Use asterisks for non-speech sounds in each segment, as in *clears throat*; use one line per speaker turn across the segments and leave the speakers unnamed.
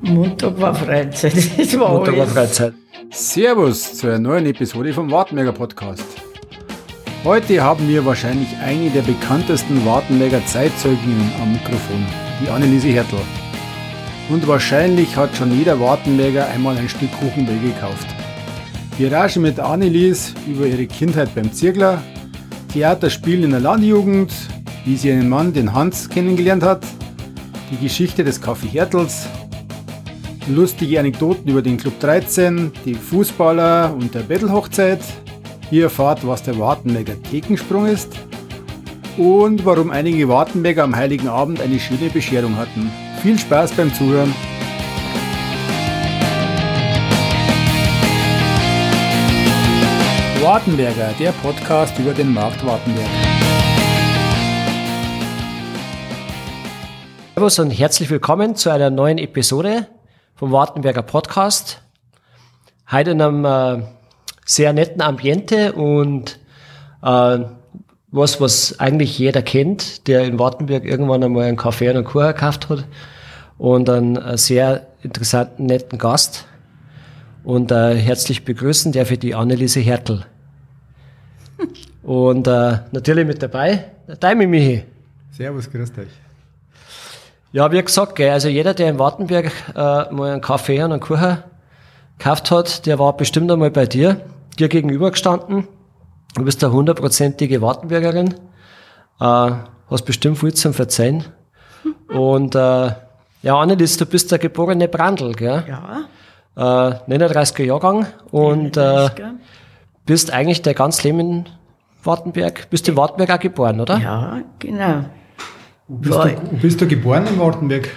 Montag war Freizeit. Das war
Montag war
alles.
Freizeit.
Servus zu einer neuen Episode vom Wartenberger Podcast. Heute haben wir wahrscheinlich eine der bekanntesten Wartenberger Zeitzeuginnen am Mikrofon, die Anneliese Hertel. Und wahrscheinlich hat schon jeder Wartenberger einmal ein Stück Kuchen bei ihr gekauft. Wir raschen mit Annelies über ihre Kindheit beim Zirkler, Theaterspielen in der Landjugend, wie sie ihren Mann, den Hans, kennengelernt hat, die Geschichte des Kaffee Hertels lustige Anekdoten über den Club 13, die Fußballer und der Bettelhochzeit. Ihr erfahrt, was der Wartenberger Thekensprung ist und warum einige Wartenberger am Heiligen Abend eine schöne Bescherung hatten. Viel Spaß beim Zuhören. Wartenberger, der Podcast über den Markt Wartenberg.
Servus und herzlich willkommen zu einer neuen Episode vom Wartenberger Podcast. Heute in einem äh, sehr netten Ambiente und äh, was, was eigentlich jeder kennt, der in Wartenberg irgendwann einmal einen Kaffee und einen Kuchen gekauft hat und einen äh, sehr interessanten, netten Gast. Und äh, herzlich begrüßen darf ich die Anneliese Hertel. Und äh, natürlich mit dabei, der Daimi Michi.
Servus, grüß dich.
Ja, wie gesagt, gell, also jeder, der in Wartenberg äh, mal einen Kaffee und einen Kuchen gekauft hat, der war bestimmt einmal bei dir, dir gegenüber gestanden. Du bist eine hundertprozentige Wartenbergerin, äh, hast bestimmt viel
*laughs*
zum Verzeihen. Und äh, ja, Annelies, du bist der geborene Brandl, gell?
Ja,
Äh, 39er Jahrgang und äh, bist eigentlich dein ganzes Leben in Wartenberg, bist in Wartenberg auch geboren, oder?
ja, genau.
Bist,
Boah.
du, bist du geboren in Wartenberg?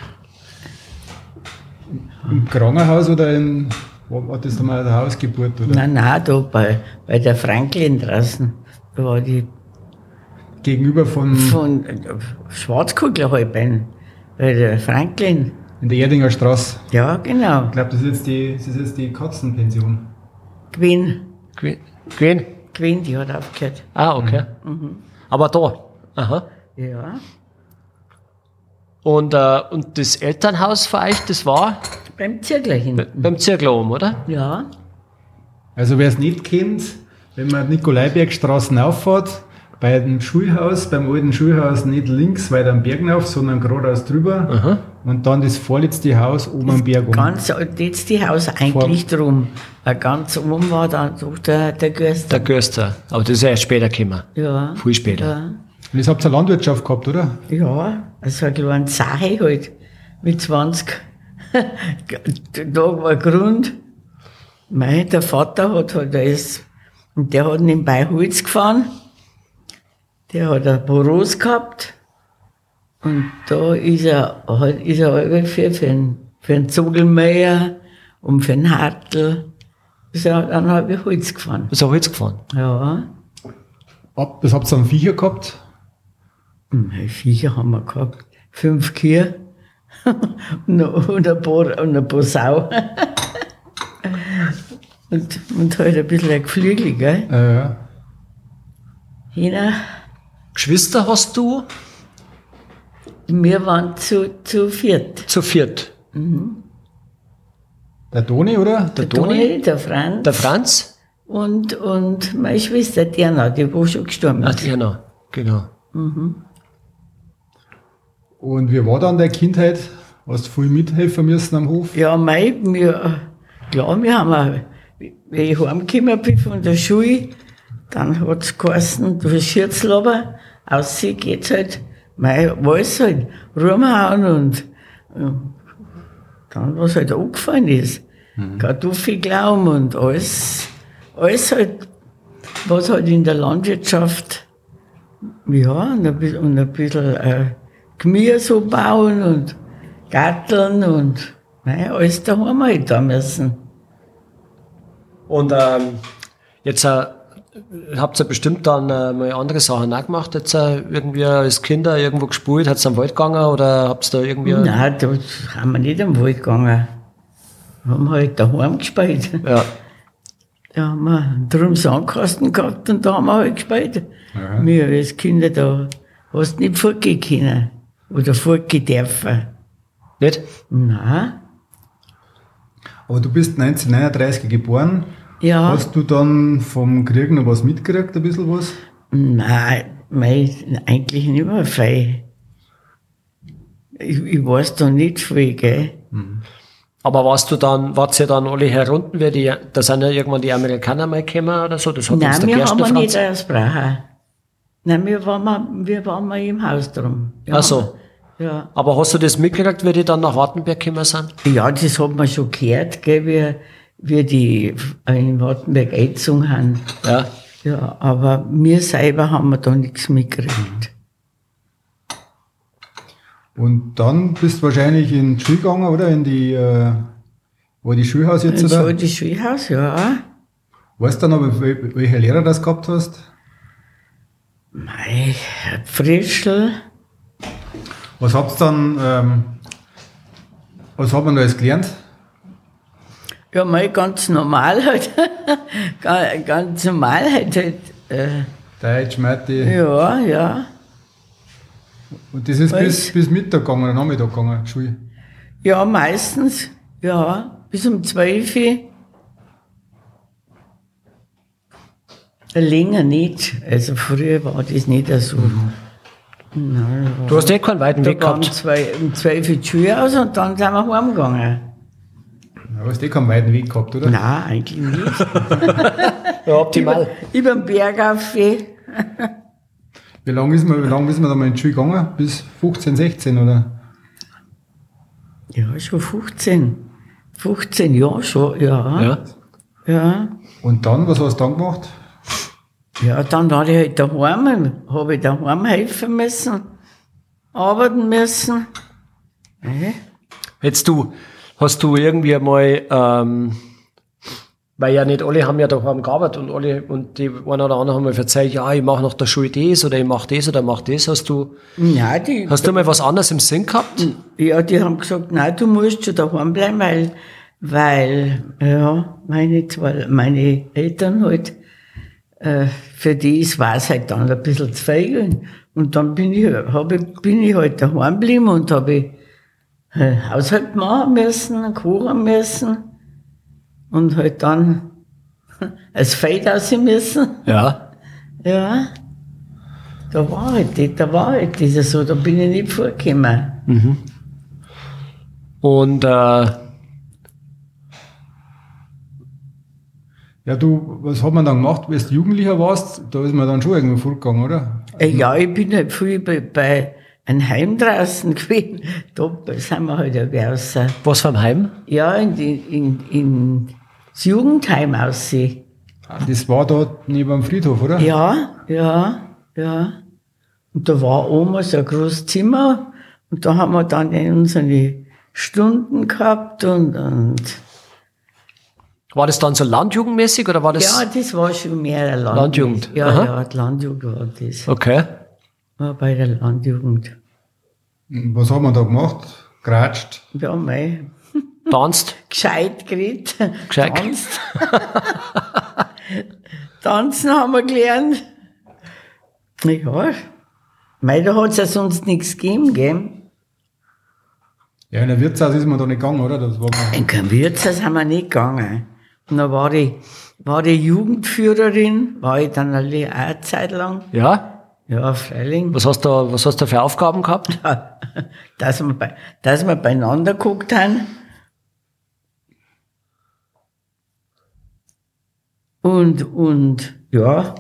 Im Krankenhaus oder in. War war das einmal eine Hausgeburt? Oder?
Nein, nein, da bei, bei der Franklin draußen. Da war die
Gegenüber von.
von äh, Schwarzkugel halt bei, bei der Franklin.
in der Erdinger Straße.
Ja, genau.
Ich glaube, das, ist jetzt die- das ist jetzt die Katzenpension.
Queen,
Gwen. Gwen.
Queen, die hat aufgehört.
Ah, okay.
Mhm.
Aber da. Aha.
Ja,
Und, äh, und das Elternhaus für euch, das war
beim Zirkler
be-
hinten.
beim Zirkel oben, oder?
Ja,
Also, wer es nicht kennt, wenn man Nikolaibergstraßen auffährt, bei dem Schulhaus, beim alten Schulhaus nicht links weiter am Berg rauf, sondern geradeaus drüber. Und dann das vorletzte Haus oben am Berg um.
ganz alt jetzt die Haus eigentlich drum. Weil ganz oben war dann doch der, der Gürster.
Der Göster. Aber das ist ja erst später gekommen.
Ja.
Viel später.
Ja.
Und das habt ihr Landwirtschaft gehabt, oder?
Ja, also eine kleine Sache halt, mit 20. *laughs* da war Grund. Mein, der Vater hat halt alles, und der hat nebenbei Holz gefahren. Der hat ein Boros gehabt. Und da ist er, halt, ist er ungefähr für den, für den Zogelmeier und für den Hartl. Ist er dann halbe Holz gefahren.
Ist auch jetzt gefahren.
Ja,
Ab, was habt ihr an Viecher gehabt?
Mei, Viecher Hm, haben wir gehabt. Fünf Kühe *laughs* und, ein- und, ein paar, und ein paar Sau. *laughs* und, und halt ein bisschen ein Geflügel, gell?
Äh,
Hina,
Geschwister hast du
wir waren zu, zu viert.
zu viert.
der Toni, oder?
Der Toni,
der Franz
der Franz.
und, und meine Schwester Diana, die war schon gestorben.
Ah, genau. Genau.
Und wie war dann deine Kindheit? Hast du viel mithelfen müssen am Hof?
Ja, mei, wir, klar, wir haben, auch- wie ich heimgekommen bin von der Schule, dann hat's geheißen, du Schirzlober, aus sie geht's halt, mei, alles halt, rumhauen und, und dann, was halt angefallen ist, Kartoffelglauben und alles, alles halt, was halt in der Landwirtschaft, ja, und ein bisschen, und ein bisschen äh, Gemüse so bauen und Garteln und mei, alles daheim halt da müssen.
Und ähm, jetzt äh, habt ihr bestimmt dann äh, mal andere Sachen auch gemacht. Jetzt äh, irgendwie als Kinder irgendwo gespielt, hat es am Wald gegangen oder habt ihr da irgendwie.
Nein, da haben wir nicht am Wald gegangen. Wir haben halt daheim gespielt.
Ja.
Da haben wir einen drum Sandkasten gehabt und da haben wir halt gespielt.
Aha.
Wir als Kinder da hast nicht vorgehen können oder vorgehen dürfen.
Nicht?
Nein.
Aber du bist 1939 geboren.
Ja.
Hast du dann vom Krieg noch was mitgekriegt, ein bisschen was?
Nein, mein, eigentlich nicht mehr viel. Ich, ich weiß da nicht viel, gell?
Aber warst du dann, wart ihr dann alle herunten, weil die, da sind ja irgendwann die Amerikaner mal gekommen oder so, das hat uns
Nein,
der
wir haben
Gerstner
wir nicht äh,
Franz.
ausgebracht. Nein, wir waren, mal- wir waren mal im Haus drum. Ja.
Ach so.
Ja.
Aber hast du das mitgekriegt, wie die dann nach Wartenberg gekommen sind?
Ja, das hat man schon gehört, gell, wie, wie die in Wartenberg eingezogen haben.
Ja.
Ja, aber wir selber haben wir da nichts mitgekriegt.
Und dann bist du wahrscheinlich in die Schule gegangen, oder? In die, äh, wo die Schulhaus jetzt,
Das
oder?
alte Schulhaus, ja.
Weißt du dann aber, wel- welche Lehrer das gehabt hast?
Mei, Frischl.
Was habt ihr dann, ähm, was hat man da alles gelernt?
Ja, mei, ganz normal halt. *laughs* Ga- ganz normal halt. halt. Äh,
Deutsch, Mathe.
ja, ja.
Und das ist bis,
Weiß.
bis Mittag gegangen oder Nachmittag gegangen, Schule.
Ja, meistens. Ja, bis um 12 Uhr. Länger nicht. Also früher war das nicht so. Nein,
Du hast eh keinen weiten
da
Weg
war um
gehabt.
12 um 12 Uhr die Schule aus und dann sind wir heimgegangen.
Du hast eh keinen weiten Weg gehabt, oder?
Nein, eigentlich nicht.
Ja, optimal.
Über den Berg auf. eh.
Wie lange ist man, wie lange ist man da mal in die Schule gegangen? Bis 15, 16, oder?
Ja, schon 15. 15 Jahre schon, ja.
Ja.
ja.
Und dann, was hast du dann gemacht?
Ja, dann war ich halt daheim, habe ich daheim helfen müssen, arbeiten müssen. Äh,
Jetzt du, hast du irgendwie mal, ähm, weil ja nicht alle haben ja daheim gearbeitet und alle und die einen oder anderen haben mal verzeiht, ja, ich mache nach der Schule das oder ich mache das oder mache das. Hast du,
Ja, die,
hast du mal was anderes im Sinn gehabt?
ja, die haben gesagt, nein, du musst schon daheim bleiben, weil, weil ja, meine, zwei, meine Eltern halt, äh, für die ist es halt dann ein bisschen zu viel. Und dann bin ich, hab ich, bin ich halt daheim geblieben und habe ich äh, Haushalt machen müssen, kochen müssen und halt dann *laughs* als Feld aus müssen.
Ja.
Ja, da war halt, die- da war halt dieser so, da bin ich nicht vorgekommen.
Und äh,
Ja, du, was hat man dann gemacht, als du Jugendlicher warst? Da ist man dann schon irgendwo fortgegangen, oder?
Äh, Ja, ich bin halt früh bei, bei einem Heim draußen *laughs* gewesen, da sind wir halt auch raus.
was vom Heim?
Ja, in, die, in, in das Jugendheim aussehen.
Das war dort neben dem Friedhof, oder?
Ja, ja, ja. Und da war Oma so ein großes Zimmer und da haben wir dann unsere Stunden gehabt und, und
War das dann so landjugendmäßig oder war das?
Ja, das war schon mehr eine Landjugend.
Landjugend,
Ja,
aha.
ja, die Landjugend war das.
Okay.
War bei der Landjugend.
Was hat man da gemacht? Geratscht.
Ja, mei.
Tanzt.
Gescheit geredet.
Gescheit.
Tanzt. Tanzen haben wir gelernt. Ja. Mei, da hat es ja sonst nichts gegeben, gell?
Ja, in der Wirtshaus ist man da nicht gegangen, oder? Das war man.
In kein Wirtshaus sind wir nicht gegangen. Und da war ich, war ich Jugendführerin, war ich dann alle auch eine Zeit lang.
Ja.
Ja, Freiling.
Was hast du, was hast du für Aufgaben gehabt?
dass wir, bei, dass wir beieinander geguckt haben. Und, und, ja,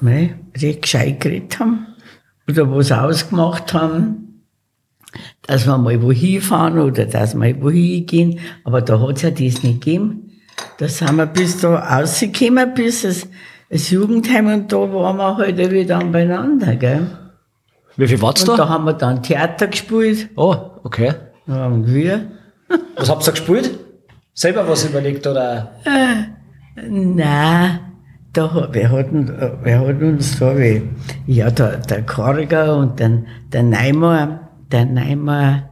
mei, recht gescheit geredet haben. Oder was ausgemacht haben. Dass wir mal wohin fahren oder dass wir mal wohin gehen. Aber da hat es ja das nicht gegeben. Da sind wir bis da rausgekommen, bis es, das Jugendheim und da waren wir halt auch wieder beieinander, gell?
Wie viel warst
Und
du?
da haben wir dann Theater gespielt.
Oh, okay.
Ja, und wir?
Was habt ihr gespielt? Selber was überlegt oder?
Nein, da, hat- äh, wir, hatten, wir hatten uns da, wie, ja, der, der Karger und den, der Neimar, der Neimar.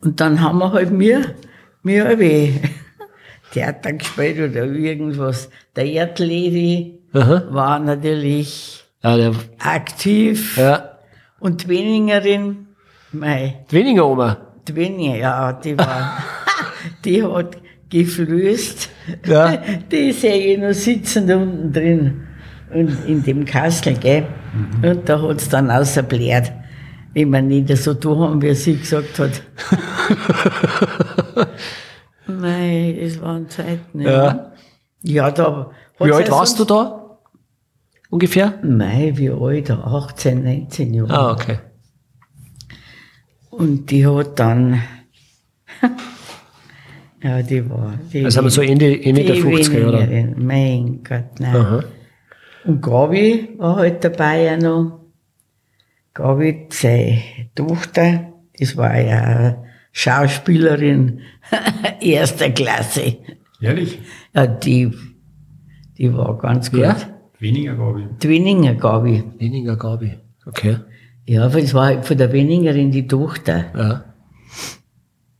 Und dann haben wir halt mir, mir wie *laughs* Theater gespielt oder irgendwas. Der Erdlady
Aha.
war natürlich
Ja, der,
aktiv
ja.
und Twenningerin, mei,
Weniger Oma. *laughs*
Twinning, ja, die war. die hat geflößt.
Ja.
*laughs* Die sehe ich noch sitzend unten drin und in dem Kastel, gell?
Mhm.
Und da hat es dann ausgebläht, wie man nicht so tun haben, wie sie gesagt
*laughs*
hat. Nein, es waren Zeiten.
Ja.
ne? ja da
Wie alt warst du da? Ungefähr?
Nein, wie alt? 18, 19 Jahre.
Ah, okay.
Und die hat dann. *laughs* ja, die war. Die
Also haben wir so Ende, Ende der 50er, oder?
Wienerin. Mein Gott, nein.
Aha.
Und Gabi war halt dabei ja noch. Gabi, seine Tochter, das war ja Schauspielerin *laughs* erster Klasse.
Ehrlich?
Ja, die, die war ganz gut.
Ja?
Weniger, glaube ich.
Twinninger Gabi.
Weniger Gabi. Okay.
Ja, weil es war halt von der Wenningerin die Tochter.
Ja.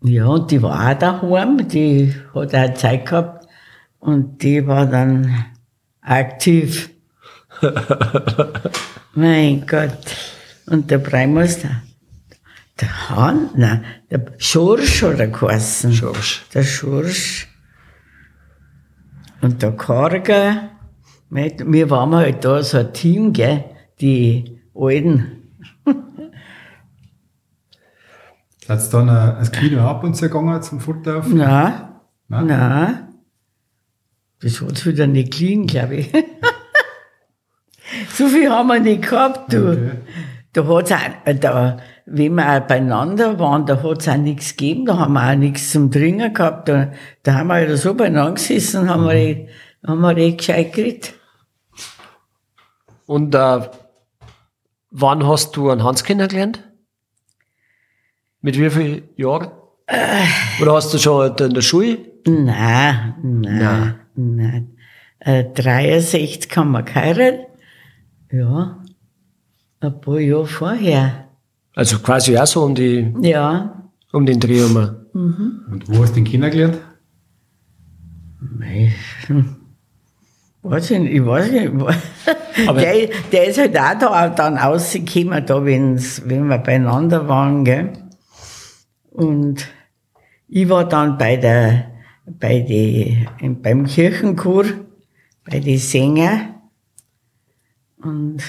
Ja, und die war auch daheim, die hat auch Zeit gehabt und die war dann aktiv. mein Gott. Und der Primus, der, der Han, nein, der Schorsch hat er geheißen.
Schorsch.
Der Schorsch. Und der Karger. Nicht? Wir waren halt da so ein Team, gell, die Alten.
Seid ihr dann äh, ins Kino ab und zu gegangen zum Futter?
Nein,
Nein?
Nein. Das hat's wieder nicht clean, glaube ich. *laughs* so viel haben wir nicht gehabt, du.
Okay.
Da hat's auch, da, wenn wir auch beieinander waren, da hat's auch nichts gegeben, da haben wir auch nichts zum Trinken gehabt. Da, da haben wir halt so beieinander gesessen, und haben, wir, eh- haben wir eh gescheit geredet.
Und äh, wann hast du einen Hans kennengelernt? Mit wie vielen Jahren? Oder hast du schon halt in der Schule?
Nein, nein, nein. Äh, 63 haben wir geheiratet. Ja, ein paar Jahre vorher.
Also quasi auch so um, die,
Ja,
um den Dreh rum.
Und wo hast du den kennengelernt?
Mei. hm. Weiß ich nicht, ich weiß nicht.
Aber-
der, der ist halt auch da dann rausgekommen, da, wenn's, wenn wir beieinander waren, gell. Und ich war dann bei der, bei die, beim Kirchenchor, bei den Sänger. Und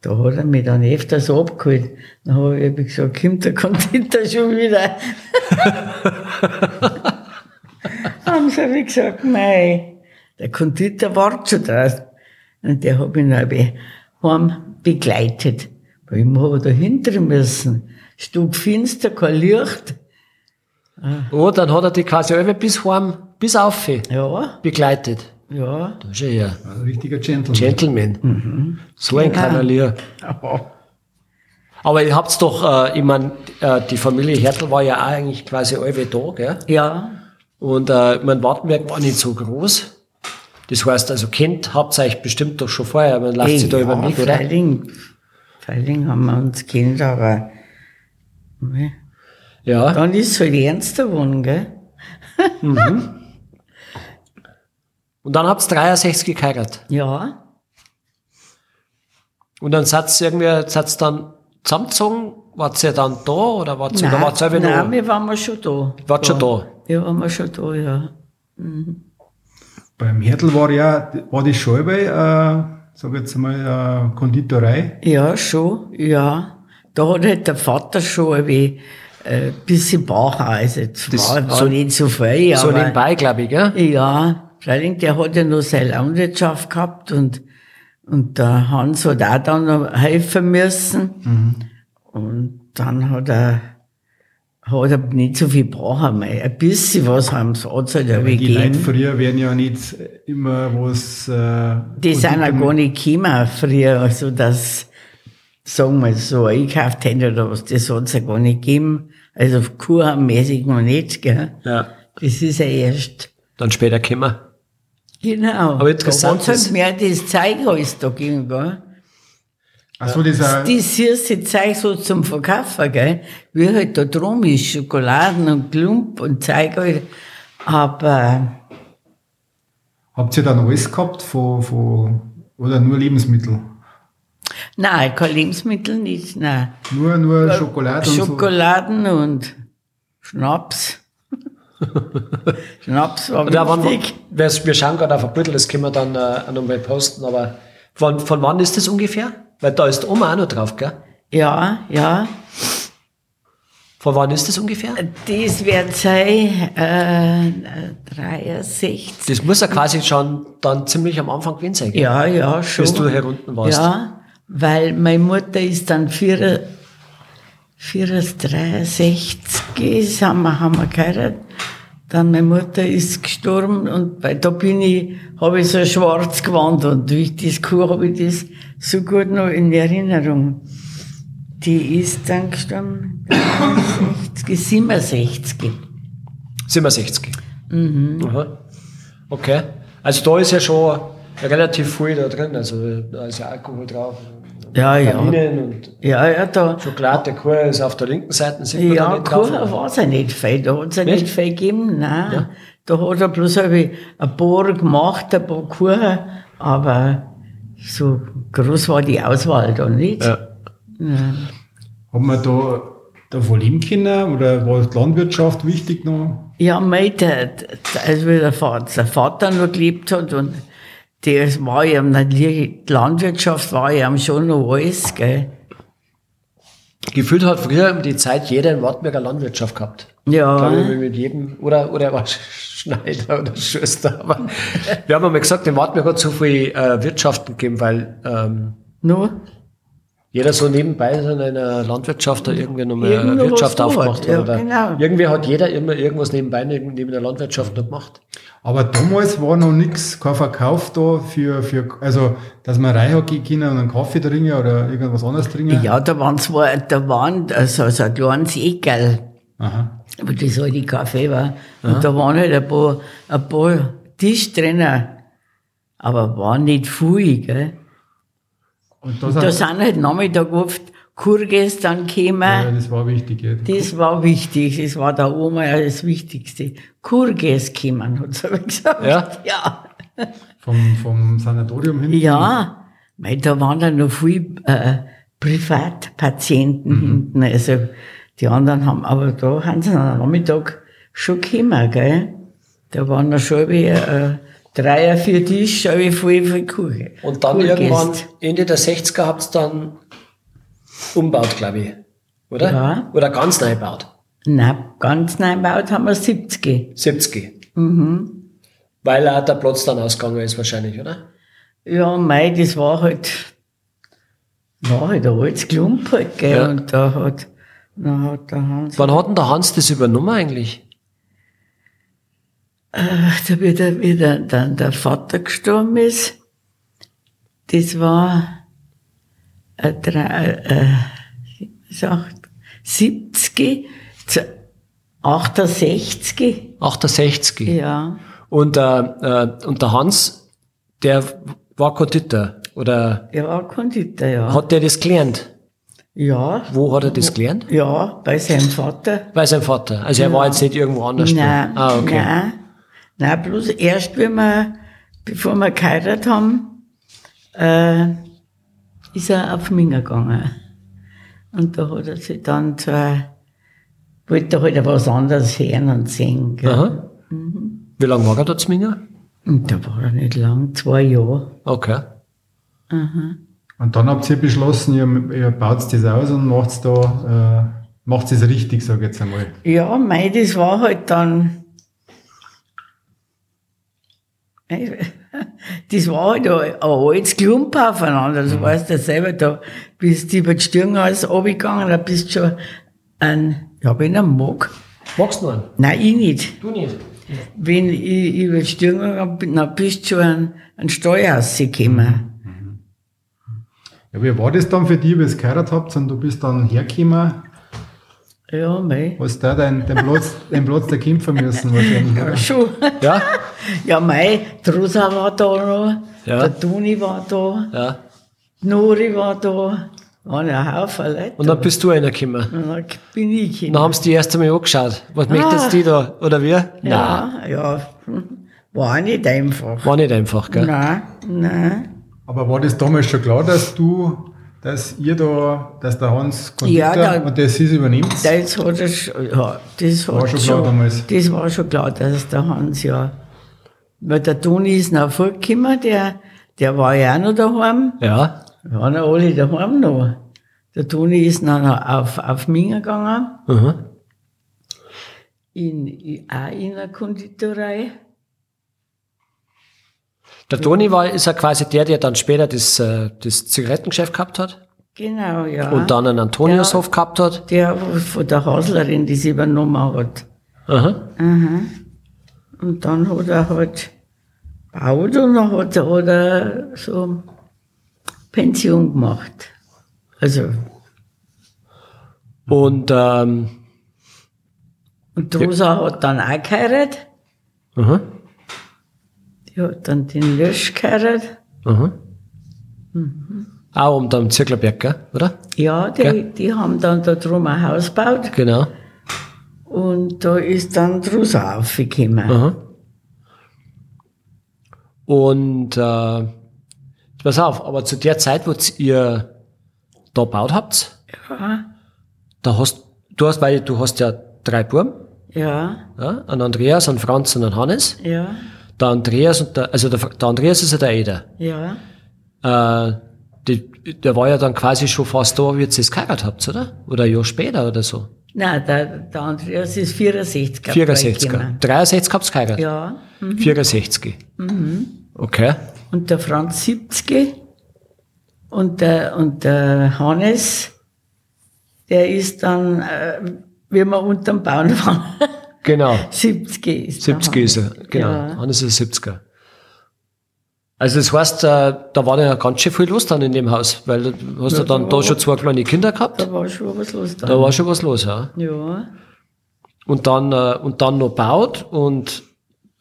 da hat er mich dann öfters abgeholt. Dann habe ich eben gesagt, kommt der Konditor schon wieder. haben sie wie gesagt, nein, der Konditor wartet schon draußen. Und der hat mich dann be- heim begleitet. Weil ich habe da hinter müssen. Stockfinster, kein Licht.
Oh, dann hat er die quasi alle bis heim, bis auf
Ja,
begleitet.
ja.
Da ist er ja.
Ein richtiger Gentleman.
Gentleman. So ein Kanalier. Aber ihr habt's doch, äh, ich mein, äh, die Familie Hertel war ja auch eigentlich quasi alle da, gell?
Ja,
Und äh, ich mein Wartenberg war nicht so groß. Das heißt, also kennt habt ihr euch bestimmt doch schon vorher, man läuft sich da
ja,
über den Weg, oder?
Freiling, Freiling haben wir uns kennt, aber mei.
Ja.
dann ist es halt ernster geworden, gell?
Und dann habt ihr 63 geheiratet.
Ja,
Und dann seid ihr irgendwie, seid ihr dann zusammengezogen, wart ihr dann da oder wart ihr, oder wart ihr
nein,
noch,
wir waren wir schon da.
wart schon da?
Wir waren wir schon da, ja.
Beim Hertel war ja, war die Scheibe, äh, sag jetzt mal, äh, Konditorei.
Ja, schon, ja. Da hat halt der Vater schon ein wenig, äh, bisschen Bauch, also
Das-
zwar war
so-
nicht so viel,
So
aber
nebenbei, glaube ich, gell?
ja, Freiling, der hat ja noch seine Landwirtschaft gehabt und, und der Hans hat auch dann noch helfen müssen.
Mhm.
Und dann hat er, hat er nicht so viel Bauch mehr. Ein bisschen was haben sie, hat halt ja
Die Leute
gegeben.
früher werden ja nicht immer was. Äh,
Die sind ja
Konditor-
gar nicht gekommen früher, also das, sagen wir so, einkauft hätten oder was, das hat's ja gar nicht gegeben. Also kurmäßig noch nicht, gell.
Ja.
Das ist ja erst,
Dann später kommen wir.
genau.
Aber interessant
da hat's
ist-
halt mehr das Zeug alles da gegeben, gell.
Ach so, äh, dieser.
Die süße Zeug so zum Verkaufen, gell? Wie halt da drum ist, Schokoladen und Klump und Zeug halt. Aber,
Habt ihr dann alles gehabt von, von, oder nur Lebensmittel?
nein, kein Lebensmittel nicht, nein.
Nur, nur Schokolade und
*laughs*
so.
Schokoladen und Schnaps. Schnaps war
Da waren wir,
wichtig.
wir schauen gerade auf ein Büttel, das können wir dann äh, nochmal posten, aber von, von wann ist das ungefähr? Weil da ist die Oma auch noch drauf, gell?
Ja, ja.
Von wann ist das ungefähr?
Das wird sein äh, 63.
Das muss ja quasi schon dann ziemlich am Anfang gewesen sein, gell?
Ja, ja, schon.
Bis du hier unten warst.
Ja, weil meine Mutter ist dann 4, 63, ist, haben wir, haben wir geheiratet. Dann meine Mutter ist gestorben und bei, da bin ich, habe ich so schwarz gewandt und durch das Kuh habe ich das so gut noch in Erinnerung. Die ist dann gestorben, 63, 67.
67.
Mhm.
Aha. Okay. Also da ist ja schon relativ viel da drin, also da ist ja Alkohol drauf.
Ja, ja.
Vitaminen und
Ja, ja, da,
Schokolade, der Kuchen ist auf der linken Seite, sieht man da
Ja,
nicht drauf.
Kuchen war es ja nicht viel. Da hat es ja
Nicht?
nicht viel gegeben. Nein.
Ja.
Da hat er bloß ein ein paar gemacht, ein paar Kuchen, aber so groß war die Auswahl da nicht.
Ja.
Nein.
Hat man da davon leben können oder war die Landwirtschaft wichtig noch?
Ja, mein, der, der- also wie der Vater, der Vater noch gelebt hat und das war ja, natürlich, die Landwirtschaft war ja ihm schon noch alles, gell.
Gefühlt hat früher um die Zeit jeder in Wartberger Landwirtschaft gehabt.
Ja.
Glaube ich, mit jedem. Oder, oder er war Sch- Schneider oder
*laughs*
Schuster. Aber wir haben einmal gesagt, in Wartberg hat so viel äh, Wirtschaften gegeben, weil ähm,
Nur,
jeder so nebenbei so in einer Landwirtschaft da irgendwie nochmal
Irgendwo
eine
was
Wirtschaft
gemacht,
aufgemacht hat.
ja,
oder
genau.
Irgendwie hat jeder immer irgendwas nebenbei neben neben der Landwirtschaft noch gemacht.
Aber damals war noch nichts, kein Verkauf da für, für also dass man Reihhockey gehen kann und einen Kaffee trinken oder irgendwas anderes trinken.
ja, da waren zwei, da waren, also, so ein kleines Ekel.
Aha.
Aber das halt die Kaffee war. Und da waren halt ein paar, ein paar Tischtrainer. Aber waren nicht viel, gell?
Und das,
Da
hat,
sind halt Nachmittag oft Kurges dann gekommen.
ja, das war wichtig. Ja.
Das war wichtig. Das war der Oma ja das Wichtigste. Kurges gekommen, hat sie aber gesagt.
Ja?
Ja.
Vom, vom Sanatorium hin.
Ja,
Mhm.
weil da waren dann noch viel äh, Privatpatienten
Mhm.
hinten. Also die anderen haben, aber da haben sie dann am Nachmittag schon gekommen, gell? Da waren noch schon wie äh, Dreier, vier Tisch, schon wie voll viel Kuchen.
Und dann
Kuchen
irgendwann,
gegessen.
Ende der 60er, habt ihr dann umbaut, glaube ich. Oder?
Ja.
Oder ganz neu gebaut.
Nein, ganz neu gebaut haben wir 70.
70.
Mhm.
Weil auch der Platz dann ausgegangen ist wahrscheinlich, oder?
Ja, mei, das war halt, war halt ein altes Klump halt, gell?
Ja.
Und da hat, da hat der Hans
Wann hat denn der Hans das übernommen eigentlich?
da Also, wie der, wie der, dann der Vater gestorben ist, das war äh, drei, äh, was sagt- 70, zu 68,
68.
ja.
Und, äh, äh, und der Hans, der war Konditor. Oder
Er war Konditor, ja.
hat der das gelernt?
ja,
Wo hat er das gelernt?
ja, bei seinem Vater.
Bei seinem Vater. Also er war jetzt nicht irgendwo anders. da.
Nein,
Ah, okay.
nein, nein, bloß erst, wenn wir, bevor wir geheiratet haben, äh, ist er auf Minger gegangen. Und da hat er sich dann zwar, wollte er halt was anderes hören und sehen. Gell?
Aha.
Mhm.
Wie lange war er da Zminger?
Und da war er nicht lang, zwei Jahre.
Okay.
Und dann habt ihr beschlossen, ihr, ihr baut das aus und macht da, äh, macht es richtig, sag ich jetzt einmal.
Ja, mei, das war halt dann, *laughs* das war halt ein ein altes Klump aufeinander, du weißt ja selber, da bist du über die Stirn alles runtergegangen, da bist du schon ein, ja, wenn er mag,
Magst du noch einen?
nein, ich nicht,
Du nicht.
wenn ich über die Stirn gegangen bin, dann bist du schon ein, ein Steuer rausgekommen.
Ja, wie war das dann für dich, wie ihr geheiratet habt und du bist dann hergekommen?
Ja, mei,
Hast da dein, den, Platz, den Platz der Kämpfer müssen wahrscheinlich. Oder?
schon. *laughs*
Ja?
Ja, mei, Drusa war da noch,
Ja.
der Toni war da.
Ja.
Nori war da, waren ein Haufen Leute.
Und dann bist du einer gekommen.
Und dann bin ich hin.
Dann haben sie die erst einmal angeschaut. Was möchtest du da? Oder wir?
Ah. ja, ja, hm, war nicht einfach.
War nicht einfach, gell?
Nein, nein.
Aber war das damals schon klar, dass du, dass ihr da, dass der Hans
Ja, da-
und das ist übernimmt.
Das hat er, sch- ja, das
War
hat
schon klar damals.
Das war schon klar, dass der Hans ja. Weil der Toni ist noch vorgekommen, der, der war ja auch noch daheim.
Ja.
Wir waren ja alle daheim noch. Der Toni ist dann noch auf, auf Minga gegangen,
Mhm.
in, in, auch in eine Konditorei.
Der Toni war, ist ja quasi der, der dann später das, äh, das Zigarettengeschäft gehabt hat
Genau, ja.
und dann einen Antoniushof gehabt hat.
Der wo von der Haslerin das übernommen hat.
Mhm.
Und dann hat er halt gebaut und dann hat er, hat er so Pension gemacht. Also,
Und ähm,
und die Rosa hat dann auch geheiratet.
mhm.
Die hat dann den Lösch geheiratet.
Mhm.
Mhm.
auch um den Zirklerberg, gell? oder?
Ja, die,
Gell?
die haben dann da drum ein Haus gebaut.
Genau.
Und da ist dann die Rosa aufgekommen.
Mhm. Und äh, pass auf, aber zu der Zeit, wo ihr da gebaut habt,
Ja,
da hast du hast, weil du hast ja drei Buben,
ja,
ja? einen Andreas, einen Franz und einen Hannes.
ja,
Der Andreas und der, also der, der Andreas ist ja der Eder.
ja.
Äh, die, der war ja dann quasi schon fast da, wie ihr es geheiratet habt, oder? Oder ein Jahr später oder so.
Nein, der, der Andreas ist 64. dabei
64.
gekommen.
63 habt ihr geheiratet?
Ja,
64. Okay.
und der Franz 70. Und der, und der Hannes, der ist dann, äh, wie wir unterm *laughs* Bauen waren,
Genau.
70 ist der
70 ist er,
Hannes.
genau.
Ja.
Hannes ist ein 70er. Also das heißt, äh, da war ja ganz schön viel los dann in dem Haus, weil du hast ja,
da
dann
war-
da schon zwei kleine Kinder gehabt.
Da war schon was los da.
Da war schon was los, ja.
ja,
Und dann, äh, und dann noch baut und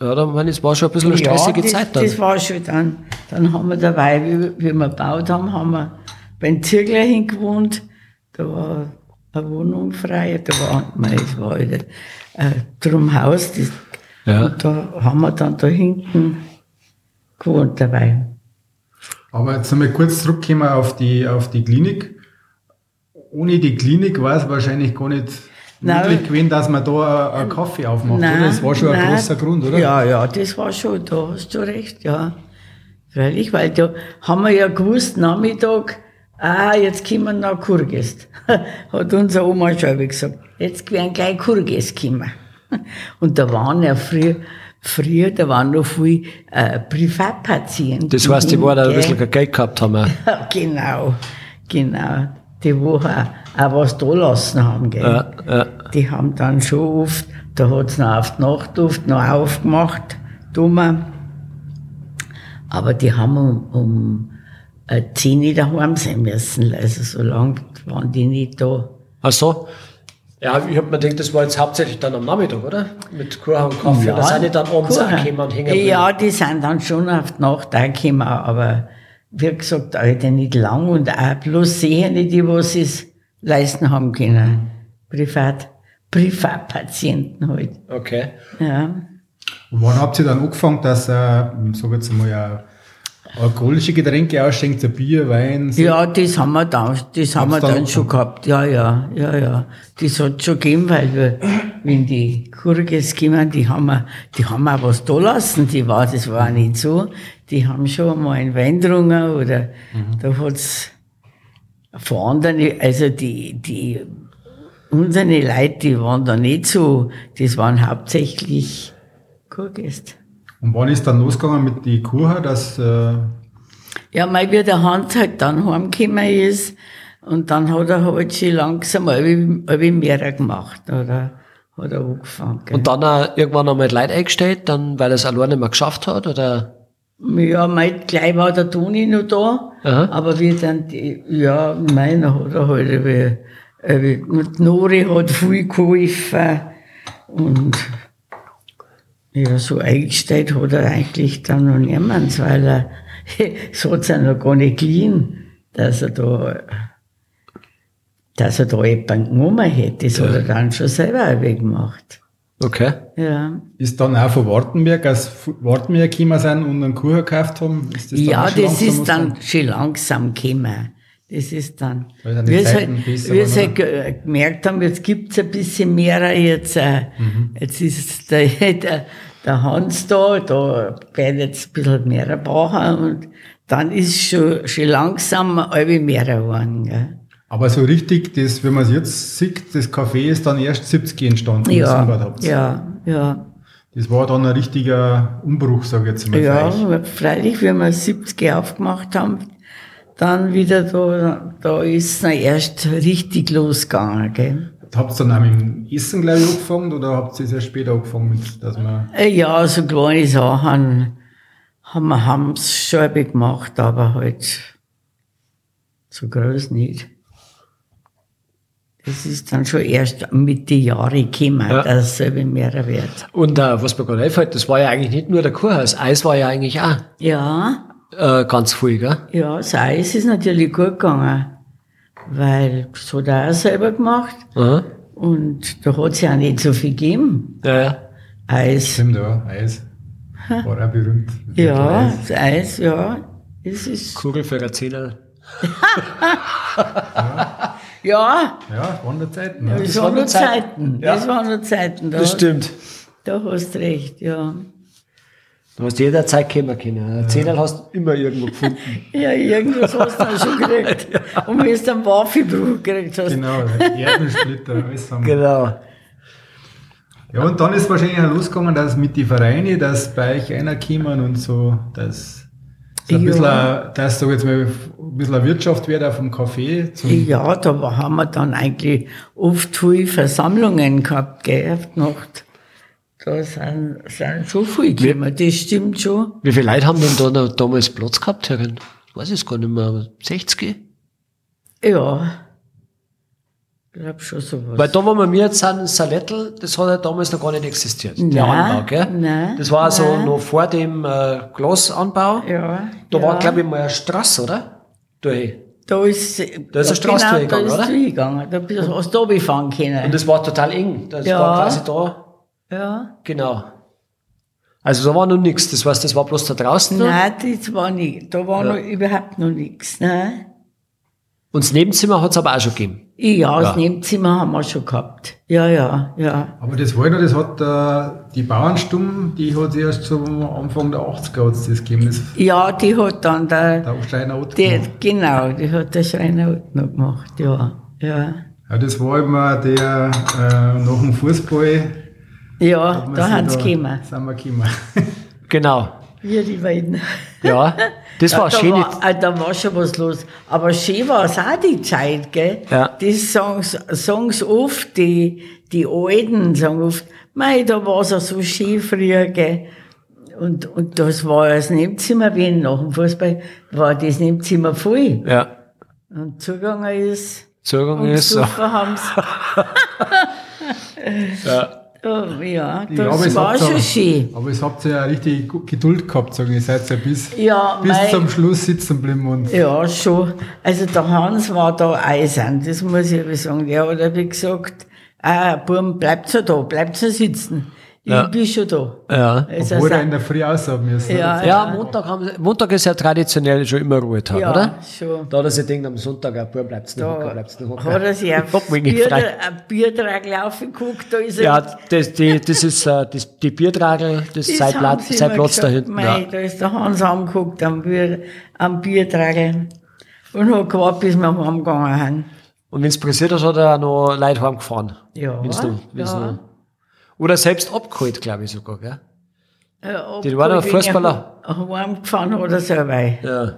ja, da meine ich, es war schon ein bisschen eine stressige
das,
Zeit dann.
Das war schon dann. Dann haben wir dabei, wie, wie wir gebaut haben, haben wir beim Zirkler hingewohnt. Da war eine Wohnung frei, da war, nein, es war halt ein Drumhaus. Das,
Ja.
Und da haben wir dann da hinten gewohnt dabei.
Aber jetzt nochmal kurz zurückkommen auf die, auf die Klinik. Ohne die Klinik war es wahrscheinlich gar nicht
Nein.
möglich gewesen, dass man da einen Kaffee aufmacht, oder? Das war schon ein
nein.
großer Grund, oder?
Ja, ja, das war schon, da hast du recht, ja. Freilich, weil da haben wir ja gewusst, Nachmittag, ah, jetzt kommen wir nach Kurgest. *laughs* Hat unser Oma schon immer gesagt. Jetzt werden gleich Kurgest kommen. *laughs* Und da waren ja früher, früher da waren noch viel äh, Privatpatienten.
Das heißt, die
hin,
waren da ein
gell?
bisschen kein Geld gehabt haben. auch.
Ja, *laughs* genau, genau. Die, wo auch, auch was da lassen haben, gell?
Ja, ja.
Die haben dann schon oft, da hat es noch auf die Nachtluft noch aufgemacht, dummer. Aber die haben um, um äh, 10 Uhr daheim sein müssen, also so lange waren die nicht da.
Ach so. Ja, ich hab mir gedacht, das war jetzt hauptsächlich dann am Nachmittag, oder? Mit Kurha und Kaffee. da sind die dann abends
Kuchen.
angekommen und hängen geblieben.
Ja, die sind dann schon auf die Nacht angekommen, aber wie gesagt, alte nicht lang und auch bloß sehen die, was sie es leisten haben können.
Mhm.
Privat, Privatpatienten halt.
Okay.
Ja.
Und wann habt ihr dann angefangen, dass ihr, sag jetzt mal, äh, alkoholische Getränke ausschenkt, so Bier, Wein, so
Ja, das haben wir dann, das haben wir
Hab's dann-
dann schon gehabt. Ja, ja, ja, ja. Das hat schon gegeben, weil wir, wenn die Kurges kommen, die haben, wir- die haben auch was da lassen, die war, das war auch nicht so. Die haben schon mal einen Wein getrunken oder da hat's von anderen, also die, die, unsere Leute, die waren da nicht so, das waren hauptsächlich Kurgäste.
Und wann ist dann losgegangen mit die Kurha, dass äh,
Ja, mal wie der Hans halt dann heimgekommen ist und dann hat er halt schon langsam ein bisschen mehr gemacht, oder? Hat er angefangen. gell?
Und dann auch irgendwann einmal die Leute eingestellt, dann, weil er es alleine nicht mehr geschafft hat, oder?
ja, mein, gleich war der Toni noch da,
Aha.
aber wir dann, die, ja, meiner hat er halt, ein bisschen- ein bisschen- und die Nori hat viel geholfen und ja, so eingestellt hat er eigentlich dann noch niemand, weil er, *laughs* so hat es ja noch gar nicht geliehen, dass er da, dass er da jemanden genommen hätte, das hat er dann schon selber weggemacht.
Okay.
Ja.
ist dann auch von Wartenberg, als Fu- Wartenberg gekommen sind und einen Kurha gekauft haben? Ist dann
ja,
auch schon
das
langsam
ist dann
losgegangen?
schon langsam gekommen. Das ist dann.
Weil dann die
Wir
Zeiten besser
wir
waren,
halt ge- gemerkt haben, jetzt gibt's ein bisschen mehr jetzt. äh,
Mhm.
Jetzt ist der, *laughs* der, der Hans da, da werden jetzt ein bisschen mehr brauchen und dann ist schon, schon langsam alle mehr geworden. Gell?
Aber so richtig, das, wenn man es jetzt sieht, das Café ist dann erst 70 entstanden. das ihr
Ja,
gebaut habt.
ja, ja.
Das war dann ein richtiger Umbruch, sage ich jetzt mal.
Ja,
für euch.
aber freilich, wenn wir 70 aufgemacht haben, dann wieder da, da ist es erst richtig losgegangen. Gell?
Habt ihr dann auch mit dem Essen gleich angefangen oder habt ihr es erst später angefangen, mit, dass man.
Äh, Ja, so kleine Sachen haben wir haben's schon ein bisschen gemacht, aber halt so groß nicht. Das ist dann schon erst mit den Jahren gekommen,
Ja.
dass es eben mehr wird.
Und äh, was mir gerade einfällt, das war ja eigentlich nicht nur der Kurhaus, Eis war ja eigentlich auch
Ja,
äh, ganz viel, gell?
ja, das Eis ist natürlich gut gegangen, weil das hat er auch selber gemacht.
Mhm.
Und da hat es ja auch nicht so viel gegeben.
Ja, ja.
Eis.
Stimmt, ja, Eis. War auch berühmt.
Ja, das Eis, ja. Es ist,
Kugel für ein Zehnerl.
ja,
Ja, waren da Zeiten. ne? Ja.
das,
waren
waren
nur
nur Zeiten. Das waren nur Zeiten. Da,
Das stimmt.
da hast du recht, ja.
Du hast jederzeit kommen können. Ein Zehnerl hast du immer irgendwo gefunden.
Ja, irgendwas hast du auch
*laughs*
schon gekriegt. Und wenn du dann Waffenbruch gekriegt hast.
Genau, Erdensplitter, alles haben wir.
genau.
Ja, und dann ist wahrscheinlich auch losgegangen, dass mit den Vereinen, dass bei euch einer kämen und so, dass so ein
Ja.
bisschen, ein- dass so jetzt mal ein bisschen eine Wirtschaft wird auf dem Café. Zum,
Ja, da war- haben wir dann eigentlich oft viele Versammlungen gehabt, gell, auf die Nacht. Da sind, sind schon viele gekommen, das stimmt schon.
Wie viele Leute haben denn da noch damals Platz gehabt, Herren? Ich weiß es gar nicht mehr, aber 60?
Ja. Ich glaube schon sowas.
Weil da, wo wir jetzt sind, in Salettel, das hat ja damals noch gar nicht existiert.
Nein,
der Anbau, gell?
nein,
das war also
nein.
noch vor dem äh, Glasanbau.
ja.
Da
ja.
war, glaube ich, mal eine Straße, oder? Durch.
Da ist, genau,
Da ist eine Straße durchgegangen,
da ist
oder?
durchgegangen. Da bist du hast du runterfahren können.
Und das war total eng. Das
Ja.
war quasi da,
ja.
genau. Also da war noch nichts. Das heißt, das war bloß da draußen. noch.
Nein, das war nicht. Da war noch überhaupt noch ne? nichts. Nein.
Und das Nebenzimmer hat es aber auch schon gegeben.
Ja, das
Ja.
Nebenzimmer haben wir schon gehabt. Ja, ja, ja.
Aber das war noch, das hat äh, die Bauernstumm, die hat es erst zum Anfang der 80er hat's das gegeben, das
Ja, die hat dann der,
der Steiner Ott
die,
gemacht.
genau, die hat der Schreiner auch noch gemacht, ja, ja.
ja, Das war immer der äh, nach dem Fußball.
Ja,
hat man
da
sich
haben sie gekommen.
Sind wir gekommen.
Genau.
Wir, die beiden.
Ja, das war
da
schön.
War, ah, da war schon was los. Aber schön war es auch die Zeit, gell?
Ja.
Das sagen sie oft, die, die Alten sagen oft, mei, da war es ja so schön früher, gell? Und, und das war das Nebenzimmer, wie nach dem Fußball, war das Nebenzimmer voll.
ja,
Und zugegangen ist,
Zugang
und
ist so.
gesoffen haben's.
*laughs* Ja.
Oh, ja, das
Ja, aber es
war
habt
schon
ihr-
schön.
Aber es habt ihr ja richtig gu- Geduld gehabt, sagen ich. Ihr seid ja bis,
Ja,
bis
mei.
zum Schluss sitzen geblieben und
Ja, schon. Also der Hans war da eisern, das muss ich aber sagen. Der hat wie gesagt, ah, Burm, bleibt so da, bleibt so sitzen. Ich
Ja.
bin schon da.
Ja.
Also,
obwohl er in
sa-
der Früh aushaben müssen.
Ja.
Ja, Montag, haben, sie- Montag ist ja traditionell schon immer Ruhetag,
ja,
oder?
schon.
Da hat er sich gedacht, am Sonntag, ein Bub, bleibt's noch hocken,
Da
bleibt's noch hocken.
hat er sich auf
Hock mich nicht frei.
ein Biertrag laufen geguckt, da ist er.
Ja, das, die, das ist äh, das, die Biertragel, das
das
sei
haben
Platz,
sie
sei
immer
Platz da
gesagt,
hinten.
Mei,
Ja.
da ist der Hans angeguckt am, Bier, am Biertragel und hat gewartet, bis wir heimgegangen sind.
Und wenn's pressiert hast, hat er auch noch Leute heimgefahren.
Ja,
Wenn's noch, wenn's
ja.
noch. Oder selbst abgeholt, glaube ich sogar, gell?
Äh,
Die
obwohl, wenn
waren ein
er
Fußballer.
Heimgefahren oder selber.
Ja.
Ja,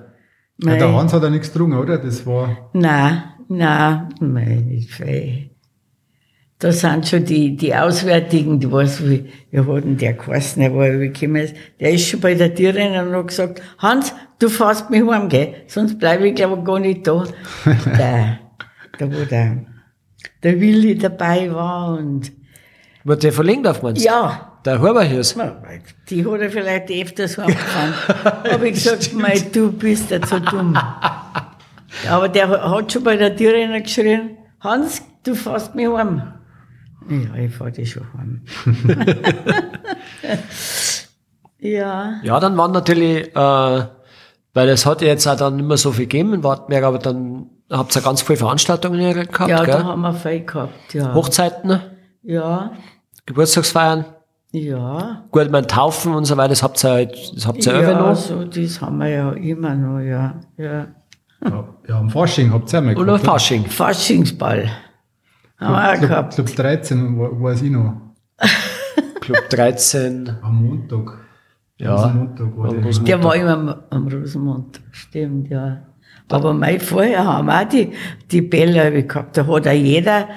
Mei.
der Hans hat ja nichts getrunken, oder? Das war,
Nein, nein, meine Fee. Da sind schon die, die Auswärtigen, die weiß, wie, wir hatten der geheißen, der war übergekommen, der ist schon bei der Tierrennen und hat gesagt, Hans, du fährst mich heim, gell, sonst bleibe ich glaube gar nicht da. da, da wo der, der Willi dabei war und,
Wird der verlinkt auf meinst du?
ja,
Der Huber hier ist.
na, die hat er vielleicht
*laughs*
öfters heimgefahren. habe ich gesagt, mei, du bist ja zu
*laughs*
dumm. Aber der hat schon bei der Türe geschrien, Hans, du fährst mich heim. Ja, ich fahr dich schon
*laughs*
heim. ja,
Ja, dann waren natürlich äh, Weil es hat ja jetzt auch dann nicht mehr so viel gegeben in Wartenberg, aber dann habt ihr ganz viele Veranstaltungen hier gehabt,
ja, da
gell?
haben wir viel gehabt, ja.
Hochzeiten, ne?
Ja,
Geburtstagsfeiern,
ja.
gut, ich meine, Taufen und so weiter, das habt ihr, halt- das habt ihr
ja,
ja. noch.
so, das haben wir ja immer noch, ja. ja. Hm.
Ja, ja am Fasching habt ihr auch mal
Und ein Fasching.
Faschingsball haben wir
*laughs*
auch
Club,
gehabt.
Club 13 war, weiß ich noch.
Club 13.
Am Montag.
Ja.
Am Montag war
Am
der.
Der war immer am, am Rosenmontag, stimmt, ja. Aber mein vorher haben wir auch die, die Bälle hab ich gehabt. Da hat auch jeder,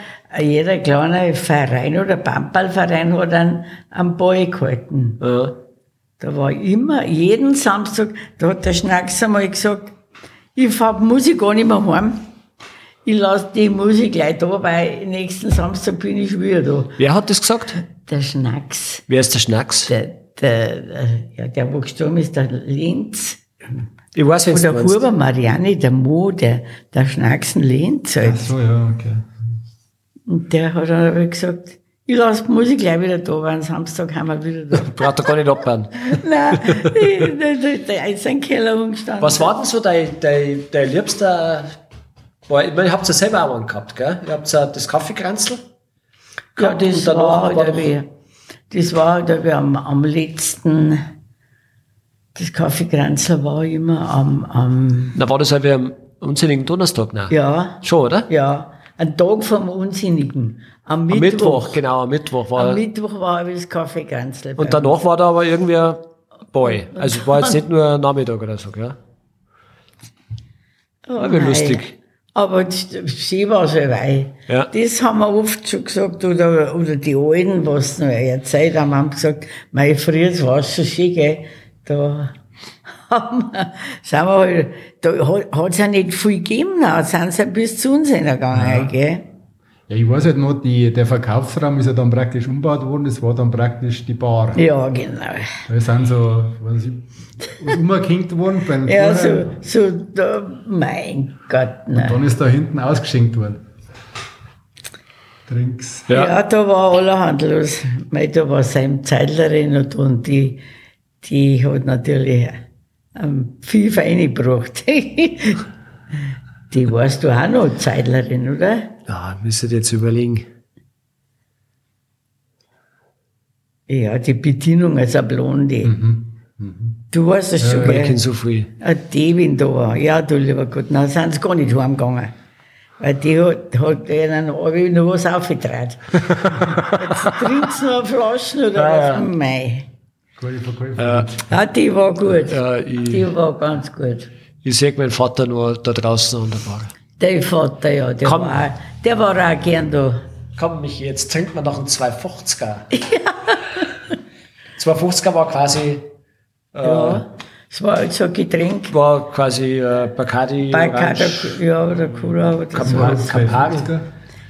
jeder kleine Verein oder Bandballverein hat einen, einen Ball gehalten.
Ja.
Da war immer, jeden Samstag, da hat der Schnacks einmal gesagt, ich fahr die Musik gar nicht mehr heim. Ich lasse die Musik gleich da, weil nächsten Samstag bin ich wieder da.
Wer hat das gesagt?
Der Schnacks,
Wer ist der Schnacks?
der, der, der, ja, der, wo gestorben ist, der Linz.
Ich weiß, wen
Oder
du meinst.
Huber Mariani, der Mo, der, der Schnacksen lehnt
Ach
halt.
so, ja, okay.
Und der hat dann aber gesagt, ich lasse die Musik gleich wieder da, weil am Samstag haben wir wieder
*laughs*
da. *laughs*
Braucht er gar nicht abbauen.
Nein, die- die- die- der ist ein Keller umgestanden.
Was war denn so dein, dein, dein liebster, weil, ich meine, ihr habt ja selber auch einen gehabt, gell? Ihr habt ja das Kaffeekränzel
ja,
gehabt
das war halt irgendwie, das war halt irgendwie am, am letzten, das Kaffeegrenzer war immer am, am,
Na, war das halt wie am unsinnigen Donnerstag, ne?
ja,
Schon, oder?
ja, ein Tag vom Unsinnigen. Am
Am
Mittwoch.
Mittwoch, genau, am Mittwoch war.
Am Mittwoch war das Kaffeegrenzel.
und danach war da aber irgendwie ein Boy. Also es
*laughs*
war jetzt nicht nur ein Nachmittag oder so, gell?
Oh,
Aber
nein.
lustig.
Aber das- sie war so weit.
Ja.
Das haben wir oft schon gesagt, oder, oder die Alten, was noch erzählt haben, haben gesagt, mein früher war es so schön, gell? da haben wir, sind wir halt, da hat es ja nicht viel gegeben, da sind sie bis zu uns hingegangen, gell?
Ja, ich weiß halt noch, die, der Verkaufsraum ist ja dann praktisch umgebaut worden, das war dann praktisch die Bar.
Ja, genau.
Da sind so, was ich, was umgehängt worden beim
Ja,
Vorher.
so, so, da, mein Gott, nein.
Dann ist da hinten ausgeschenkt worden. Trinks.
Ja. da war allerhand los. Mei, da war sein Zeitlerin und, und die, die hat natürlich ähm, viel *laughs* eingebracht. die warst du auch noch Zeitlerin, oder?
Ja, müsstet jetzt überlegen.
Ja, die Bedienung als eine Blonde. Du weißt es schon,
Ich kenne
gell?
so viel.
Eine Devin da war. Ja, du lieber Gott, dann sind sie gar nicht heimgegangen. Weil die hat, hat einen Abend noch was aufgetragen. Jetzt trinkst du noch eine Flasche oder
Ja,
was?
ja.
Mei.
Gute Verkäufer.
Ja, die war gut.
Ja, ich,
Die war ganz gut.
ich sehe meinen Vater nur da draußen an der Bar.
Der Vater, ja, der,
Komm.
war, auch, der war auch gern da.
Komm, Michi, jetzt trinkt man noch
*laughs*
einen 250er. 250er war quasi, äh,
Ja. Es war halt so ein Getränk.
war quasi äh, Bacardi,
Bei
Orange.
Kader, ja, oder Cola oder das
Kamar-
war's.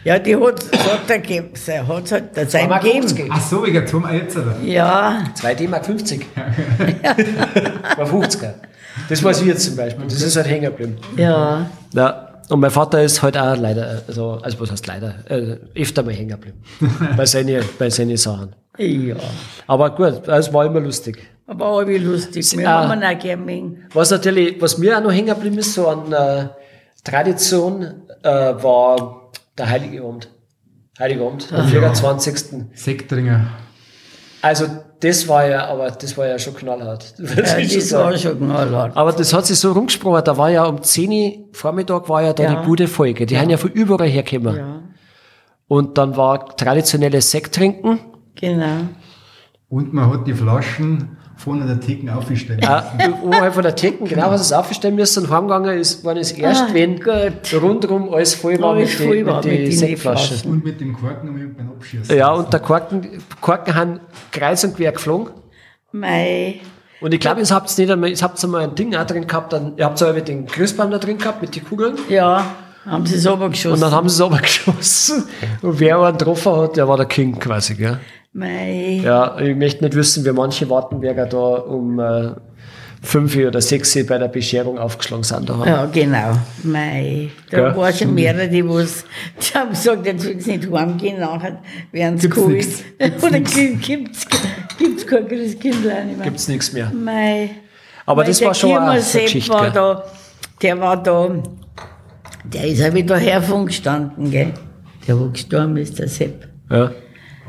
Ja, die hat hat er gegeben. sie Hat's halt der sein
Mark
gegeben.
50.
Ach so, wegen zum Eizerer.
Ja,
2D Mark 50. *laughs* War 50er. Das weiß ich jetzt zum Beispiel. Das ist halt hängen geblieben.
ja.
Ja, und mein Vater ist halt auch leider, also, also was heißt leider, äh, öfter mal
*laughs*
hängen geblieben. bei, seine, bei seine Sachen.
Ja.
Aber gut, es war immer lustig.
Aber auch wie lustig. Wir
ah.
haben ihn auch gern mögen.
*laughs* Was natürlich, was mir auch noch hängen geblieben ist, so an äh, Tradition, äh, war der Heilige Abend. Heilige Abend, am 24.
Sektringer.
Also das war ja, aber das war ja schon knallhart. *laughs*
Ja, das war Äh, schon knallhart.
Aber das hat sich so rumgesprochen, da war ja um 10 Uhr Vormittag war ja da
Ja.
die Bude Folge. Die haben ja von überall hergekommen.
Ja,
Und dann war traditionelles Sekt trinken.
genau.
Und man hat die Flaschen vorne an der Theken aufgestellt.
Äh, oberhalb von der Theken, genau was es aufstellen müssen. Und heimgegangen ist, waren es erst,
Ah,
wenn
gut.
rundherum alles voll war
Alles
mit,
voll
die,
war
mit,
mit
die
den
Sektflaschen.
Und mit dem Korken um irgendwann abschießen.
Ja, und der Korken, Korken haben kreis und quer geflogen.
Mei.
Und ich glaube, jetzt habt ihr nicht einmal, jetzt habt einmal ein Ding auch drin gehabt, dann, ihr habt mit den Christbaum da drin gehabt, mit den Kugeln.
Ja, haben sie es runtergeschossen.
Und dann haben sie es aber *laughs* geschossen. Und wer einen getroffen hat, der war der King quasi, gell?
Mei.
Ja, ich möchte nicht wissen, wie manche Wartenberger da um äh, 5 Uhr oder 6 Uhr bei der Bescherung aufgeschlagen sind. Da haben.
Ja, genau. Mei, da
Gell?
waren schon mehrere, die was, *laughs* die haben gesagt, jetzt will sie nicht heimgehen, nachher werden sie cool. *laughs*
nix.
Oder gibt es gibt's kein Christkindlein mehr.
Gibt's nichts mehr.
Mei,
Aber
Weil
das
der
war schon eine
Kirmesepp
Geschichte.
War
gell?
da, der war da, der ist ja wieder hervorgestanden, gell? Der, wo gestorben ist, der Sepp.
Ja,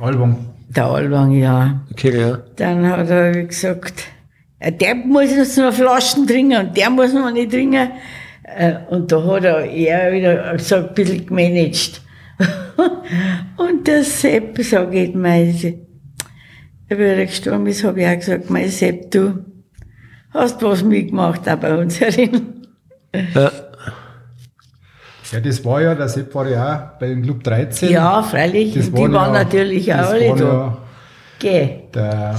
Album.
Der Alwang, ja.
okay, ja.
Dann hat er wie gesagt, äh, der muss jetzt nur Flaschen trinken und der muss noch nicht trinken. Äh, Und da hat er eher wieder so ein bisschen gemanagt. *laughs* und der Sepp sagt, ich, Meise, wie er gestorben ist, habe ich auch gesagt, mein Sepp, du hast was mitgemacht auch bei uns herin.
ja.
Ja, das war ja, der Sepp war ja auch bei dem Club 13.
Ja, freilich,
Das
die waren
ja-
natürlich
das
auch alle
waren
da.
ja
Geh.
Der,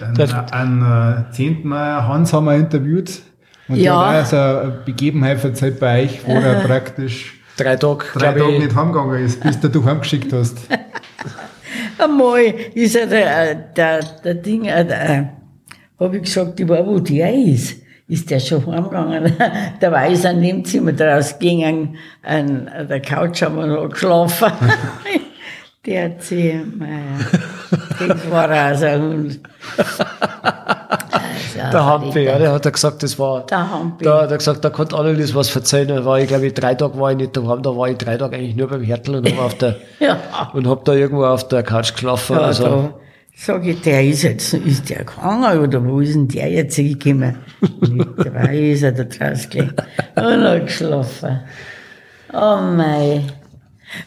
Der-
der, einen äh, Zehntmeier Hans haben wir interviewt. Und
Ja.
da war so eine Begebenheit verzeiht bei euch,
*laughs*
wo er praktisch
Drei Tage,
drei
glaub
Tage
ich.
nicht heimgegangen ist, bis du dich heimgeschickt hast.
Einmal ist er der, äh, der, der Ding, äh, der, habe ich gesagt, ich war, wo der ist. Ist der schon heimgegangen? *laughs* Da war ich an dem Zimmer draus, ging an, an an der Couch, haben wir noch geschlafen. *laughs* der Zimmer. Das war also ein Hund. Also,
Der Hampi, ja, der hat er gesagt, das war.
Der Hampi.
Da hat er gesagt, da konnte Annelies was verzeihen. Da war ich, glaube ich, drei Tage war ich nicht daheim, da war ich drei Tage eigentlich nur beim Hertel und habe auf der
Ja.
und hab da irgendwo auf der Couch geschlafen.
Ja,
also,
da sag ich, der ist jetzt, ist der gegangen oder wo ist denn der jetzt hingekommen? Nicht weiß, ist er da draußen gelegen. Und hat geschlafen. Oh mei.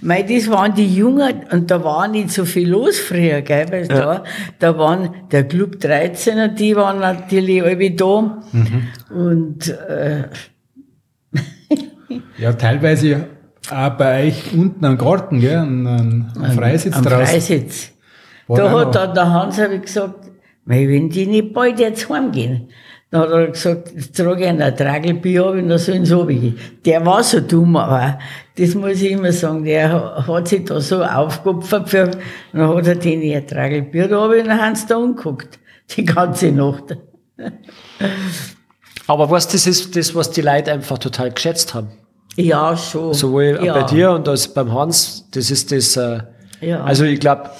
Mei, das waren die Jungen, und da war nicht so viel los früher, gell, weißt du, da, da waren der Club 13er, die waren natürlich alle da.
Mhm.
Und, äh,
Ja, teilweise auch bei euch unten am Garten, gell? An, an, am Freisitz
am
draußen.
Freisitz.
War
da
auch
hat
noch.
dann der Hans hab ich gesagt, "Mei, wenn die nicht bald jetzt heimgehen, dann hat er gesagt, jetzt trage ich einen Tragelbier ab und dann sollen sie runtergehen. Der war so dumm, aber das muss ich immer sagen, der ha- hat sich da so aufgeopfert für, dann hat er den ihr Tragelbier da runter und dann haben sie da umgeguckt. Die ganze Nacht. *laughs*
aber was das ist, das, was die Leute einfach total geschätzt haben.
Ja, schon.
Sowohl
ja.
bei dir und als beim Hans, das ist das. Äh,
Ja.
Also ich glaube,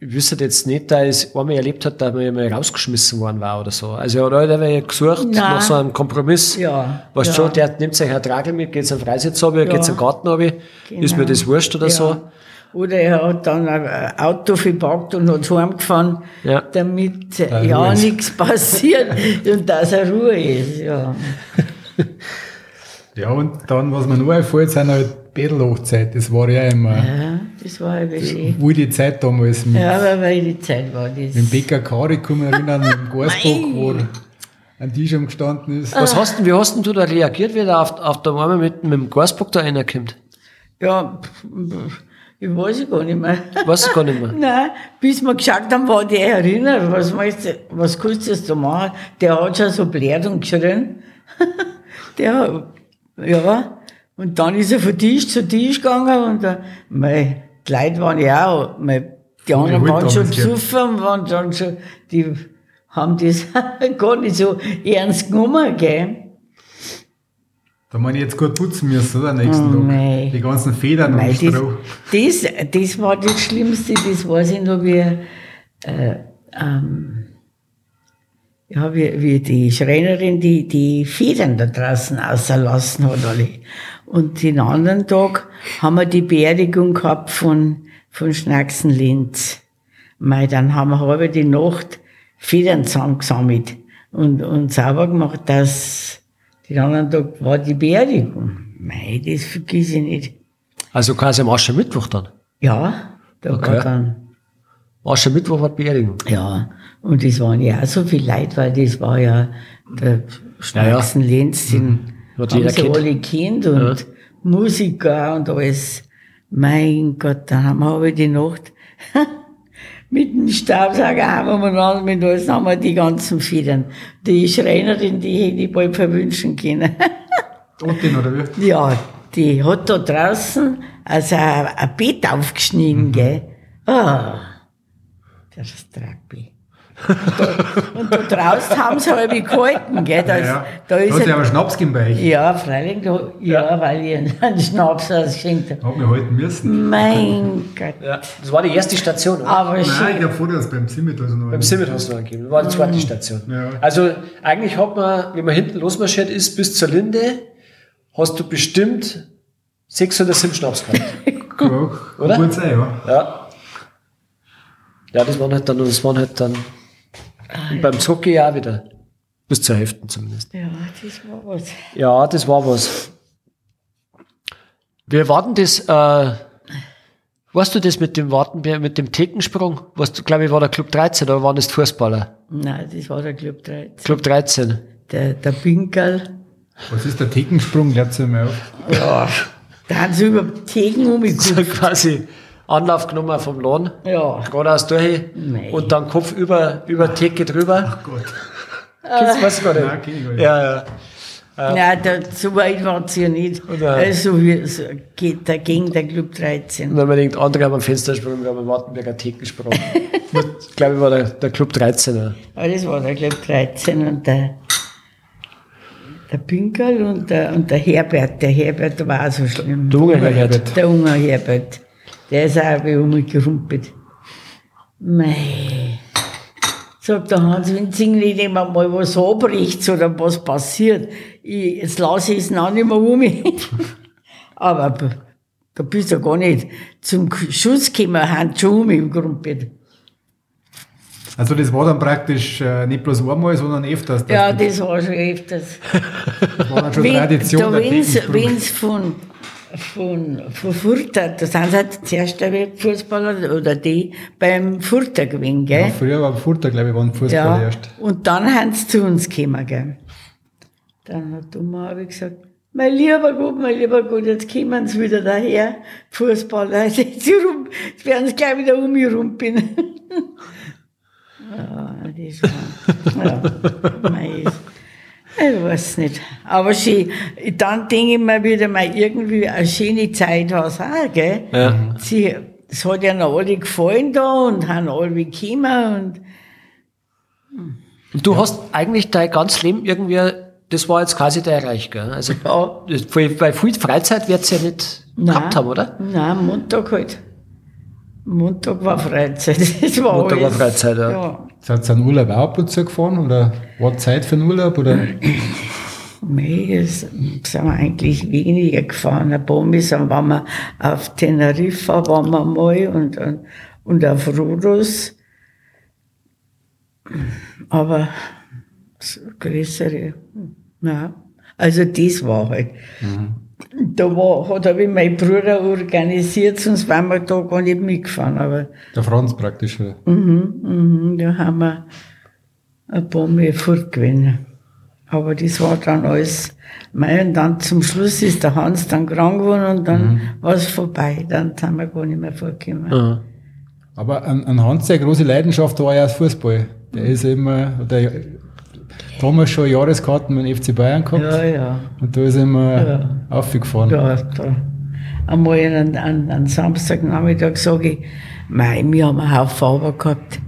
ich wüsste jetzt nicht, da es einmal erlebt hat, dass man mal rausgeschmissen worden war oder so. Also er hat halt einmal gesucht
Nein.
nach so einem Kompromiss.
Ja,
Weißt
ja.
schon, der nimmt sich einen Tragel mit, geht zum Freisitz runter, geht zum Garten runter, ist
Genau.
mir das wurscht oder
Ja.
so.
Oder er hat dann ein Auto verpackt und hat heimgefahren,
Ja.
damit
Ruhe
ja
ist.
nichts passiert *laughs* und dass er Ruhe ist. Ja,
Ja, und dann, was mir noch einfällt, sind halt Bedelhochzeit. Das war ja immer,
ja das war eben schön.
wo die Zeit damals mit
Ja, aber weil die Zeit war
Im
das.
BKK, ich kann mich
*laughs*
erinnern, im Gasbock, wo ein Tisch umgestanden ist.
Ah.
Was hast denn, wie hast denn du da reagiert, wie da auf, auf der einmal mit, mit dem Gasbock da reinkommt?
Ja, pff, pff, ich weiß gar nicht mehr.
Weiß ich gar nicht mehr.
*laughs* Nein, bis wir geschaut haben, war der erinnert, was, meinst du, was kannst du jetzt da machen? Der hat schon so blärt und geschrien. *laughs* der, ja, und dann ist er von Tisch zu Tisch gegangen und da, mei, die Leute waren ja auch, mei, die anderen
holt
waren schon
damals, ja.
besoffen, waren dann schon, die haben das *laughs* gar nicht so ernst genommen, gell?
Da meine ich jetzt gut putzen müssen, oder? Nächsten
Oh,
Tag.
mei.
Die ganzen Federn
Mei,
am
das,
Stroh.
das, das war das Schlimmste, das weiß ich noch, wie, äh, ähm, ja, wie, wie die Schreinerin die, die Federn da draußen auserlassen hat alle. Und den anderen Tag haben wir die Beerdigung gehabt von, von Schnacksenlinz. Mei, dann haben wir halbe die Nacht Federn zusammengesammelt und, und sauber gemacht, dass den anderen Tag war die Beerdigung. Mei, das vergiss ich nicht.
Also quasi am Aschermittwoch dann.
Ja, da
Okay.
war dann,
Aschermittwoch war die Beerdigung.
ja. Und es waren ja auch so viele Leute, weil das war ja der Schwarzen Lenz, den
Mhm. Hat
haben
jeder
sie
kennt.
alle kennt und Musiker und alles. Mein Gott, dann haben wir aber die Nacht *laughs* mit dem Staubsauger haben wir umeinander, mit alles haben wir die ganzen Federn. Die Schreinerin, die hätte ich bald verwünschen können. *laughs*
Totin, oder wie?
Ja, die hat da draußen also ein
Mhm.
ein Beet aufgeschnitten, gell? Ah, das Trabi. Und da draußen haben sie halb gehalten, gell? Da ist,
Ja,
da ist
hat sich
ja,
aber Schnaps gegeben bei euch.
ja, freilich, da, ja, weil ich einen Schnaps ausgeschenkt habe.
Hat mir halten müssen.
Mein Gott.
Ja, das war die erste Station. Oder?
Aber
Nein, ich
schön.
habe vorher das beim Simmet also noch.
Beim Simmet hast du noch angegeben. Das war die zweite Station.
Ja.
Also eigentlich hat man, wenn man hinten losmarschiert ist, bis zur Linde, hast du bestimmt sechs oder sieben Schnaps gehabt.
Geruch.
Oder?
Gut sein, ja.
ja. Ja, das waren halt dann, das waren halt dann und beim Zocke ja wieder. Bis zur Hälfte zumindest.
Ja, das war was.
Ja, das war was. Wir warten das, äh, weißt du das mit dem Warten, mit dem Thekensprung? Was, glaube ich, war der Club 13 oder waren das die Fußballer?
Nein, das war der Club 13.
Club 13.
Der, der Pinkerl.
Was ist der Thekensprung? Klärt sie mal auf.
Ja. Da haben sie über Tegen
*laughs* So
umgeguckt.
quasi Anlauf genommen vom Lohn,
Ja.
geradeaus durch
Nee.
und dann Kopf über, über Theke drüber.
Gott.
Das weiß ich gar nicht.
*laughs* Nein, kenn ich gar nicht.
Ja, ja.
Nein, da, so weit war es ja nicht.
Oder-
Also, wie, so, geht dagegen der Club 13.
Und dann haben wir denkt, andere haben am Fenster gesprungen, wir haben am Wartenberger
*laughs*
Theken gesprungen. Ich glaube, ich war der, der Club 13er.
Aber das war der Club 13 und der, der Pinkerl und der, und der Herbert. Der Herbert war auch so schlimm.
Der Unge Herbert.
Der Unger Herbert. Der ist auch wie umgerumpelt. Mei. Sagt der Hans Winzing, wenn immer mal was abbricht oder was passiert, ich, jetzt lasse ich es noch nicht mehr um. *laughs* Aber b- da bist du gar nicht zum K- Schuss gekommen, haben schon um im Grundbett.
Also das war dann praktisch äh, nicht bloß einmal, sondern öfters. Das
Ja, das war schon öfters.
war dann schon
Wenn-
Tradition
da,
der
wenn's,
Thekensprung.
wenn's von, von, von Furter, da sind sie halt zuerst der Fußballer oder die beim Furter gewinnen,
Ja,
gell?
früher war Furter, glaube ich, waren Fußball
Ja,
erst.
und dann haben sie zu uns gekommen, gell? Dann hat Oma habe ich gesagt, mein lieber Gott, mein lieber Gott, jetzt kommen sie wieder daher, *laughs* Fußballer, jetzt, rum, jetzt werden sie gleich wieder um umgerumpeln. *laughs* ja, das war, ja, mei, ich weiß nicht. Aber schön, dann denke ich mir wieder mal, irgendwie eine schöne Zeit hast du auch, gell?
Ja.
Sie, es hat ja noch alle gefallen da und haben alle gekommen und
Und du hast eigentlich dein ganzes Leben irgendwie, das war jetzt quasi dein Reich, gell? Also
Ja.
das- bei bei viel Freizeit wird's ja nicht gehabt haben, oder?
Nein, Montag halt. Montag war Freizeit. *laughs* Das war
Montag war
alles.
Freizeit, ja.
ja.
Seid ihr einen Urlaub auch ab und zu gefahren oder war Zeit für einen Urlaub? Oder?
*clears throat* Nee, das sind wir eigentlich weniger gefahren. Ein paar Mal sind waren wir auf Teneriffa, waren wir mal und, und, und auf Rhodos. Aber so größere, nein. Also das war halt.
Mhm.
Da war, hat aber mein Bruder organisiert, sonst wären wir da gar nicht mitgefahren. Aber
Der Franz praktisch. oder?
Mhm, mhm, da haben wir ein paar Mal fortgewinnen. Aber das war dann alles. Mei, und dann zum Schluss ist der Hans dann krank geworden und dann war es vorbei. Dann sind wir gar nicht mehr vorgekommen.
Aber an, an Hans, seine große Leidenschaft war ja das Fußball.
Mm.
Der ist immer, der damals schon Jahreskarten mit dem FC Bayern gehabt
Ja, ja.
und da ist er immer
Ja.
aufgefahren.
Ja, da. Einmal an, an, an Samstagnachmittag sage ich, mei, wir haben einen Haufen Arbeit gehabt.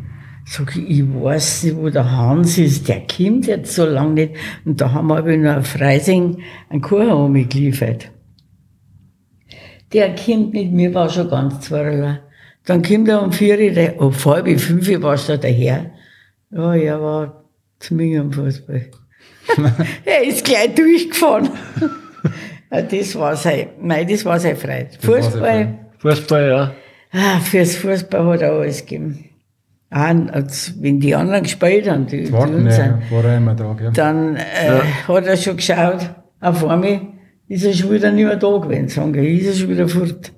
Sag ich, ich weiß nicht, wo der Hans ist, der kommt jetzt so lange nicht. Und da haben wir aber noch ein Freising einen Kuchen umgeliefert. Der kommt nicht, mir war schon ganz zweierlei. Dann kommt er um vier, Uhr re- um halb fünf Uhr war schon daher. Ja, er war ziemlich am Fußball. *laughs* er ist gleich durchgefahren. *laughs* Ja, das war sein, nein, das war sein Freude.
war seine
Fußball,
Fußball, ja.
ah, fürs Fußball hat er alles gegeben. Auch als, wenn die anderen gespielt haben, die, die
Warten, ja,
unseren,
war er immer da. Gell?
dann äh, hat er schon geschaut, auf einmal ist er schon wieder nicht mehr da gewesen, sagen wir, ist er schon wieder fort.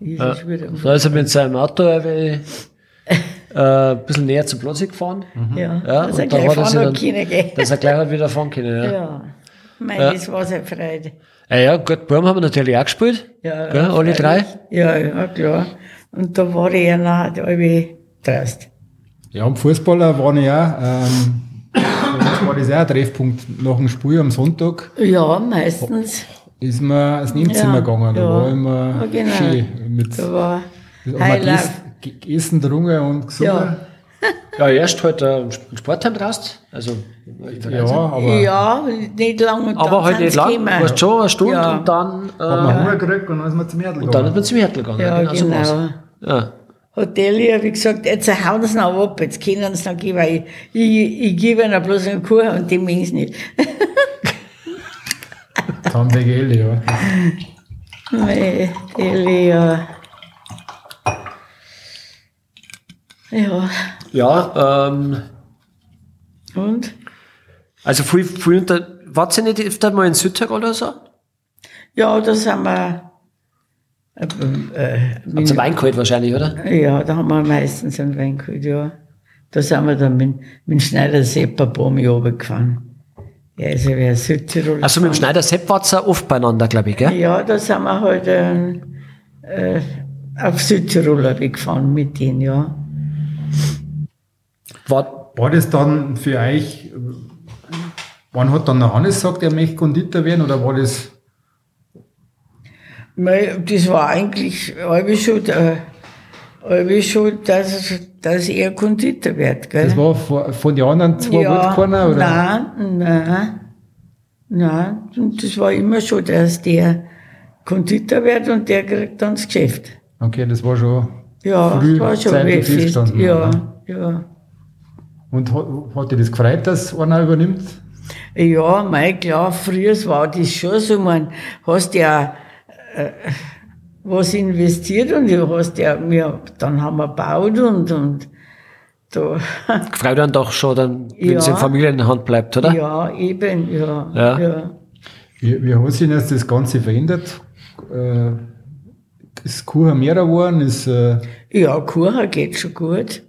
Ist er schon wieder fort.
Da ist er mit seinem Auto äh, ein bisschen näher zum Platz gefahren.
Ja,
Ja,
dass Mhm. er
und da
gleich
hat er sich
vorne
dann,
noch keine
*laughs*
geht.
dass er gleich halt wieder fahren können. Ja. Ja.
Ja, mein,
Ja.
das war seine Freude.
Ah, ja, gut, Burm haben wir natürlich auch gespielt.
Ja,
gell, alle
freilich.
drei.
Ja, ja, klar. Und da war ich ja noch irgendwie traust.
Ja, und Fußballer waren ja auch, ähm, *clears throat* für uns war das auch ein Treffpunkt nach dem Spiel am Sonntag.
Ja, meistens.
ist man ins Nebenzimmer
Ja,
gegangen. Da
ja.
war immer
Ja, genau.
schön. Mit,
Da war
und man
Highlife.
gegessen, gegessen drungen und gesungen.
Ja.
Ja, erst heute halt, äh, im Sp- im Sportheim draußen. Also,
Ja, aber
Ja, nicht lang. und
aber
dann
heute nicht
sind's
lang,
gekommen.
du warst schon eine Stunde
Ja.
und dann,
haben wir
äh,
Hunger gekriegt und dann sind wir zum Herdl
dann ist
gegangen.
man zum Hertel gegangen.
Ja,
so war's.
genau.
Ja.
Hotelier, wie gesagt, jetzt hauen sie noch ab, jetzt können sie noch geben. Ich, ich, ich gebe ihnen bloß einen Kuchen und die mögen es nicht. *laughs*
Tom BGL, ja.
Mei, Eli, ja. Ja,
ja ähm,
und?
also viel, viel unter, wart ihr nicht öfter mal in Südtag oder so?
Ja, da sind wir. Äh,
Habt ihr
äh,
Wein geholt wahrscheinlich, oder?
ja, da haben wir meistens einen Wein geholt, ja. Da sind wir dann mit, mit dem Schneider Sepperbomi runtergefahren. Ja, also wer Südtirol.
Also mit dem Schneider Sepp wart ihr oft beieinander, glaube ich, gell?
Ja, da sind wir halt ähm, äh, auf Südtiroler weggefahren mit denen, ja.
War,
War das dann für euch, äh, wann hat dann der Hannes gesagt, er möchte Konditor werden oder war das,
Mei, Das war eigentlich halbe Schuld, äh, halbe Schuld dass, dass er Konditor wird, gell?
das war von, von den anderen zwei ja, keiner? Oder?
Nein, nein, nein. Und das war immer schon, dass der Konditor wird und der kriegt dann das Geschäft.
Okay, das war schon.
Ja,
Früh
das war schon
zeitlich
wirklich.
festgestanden,
Ja,
oder?
ja.
Und hat, hat dir das gefreut, dass einer übernimmt?
Ja, mei, klar, früher war das schon so, man hast ja äh, was investiert und du hast ja, wir, dann haben wir gebaut und, und da, *laughs*
freut dann doch schon, dann, wenn
Ja.
es in Familienhand bleibt, oder?
ja, eben, ja,
Ja.
ja.
Wie, wie hat sich denn jetzt das Ganze verändert? Äh, ist Kuchen mehr geworden? Ist, äh,
Ja, Kuchen geht schon gut,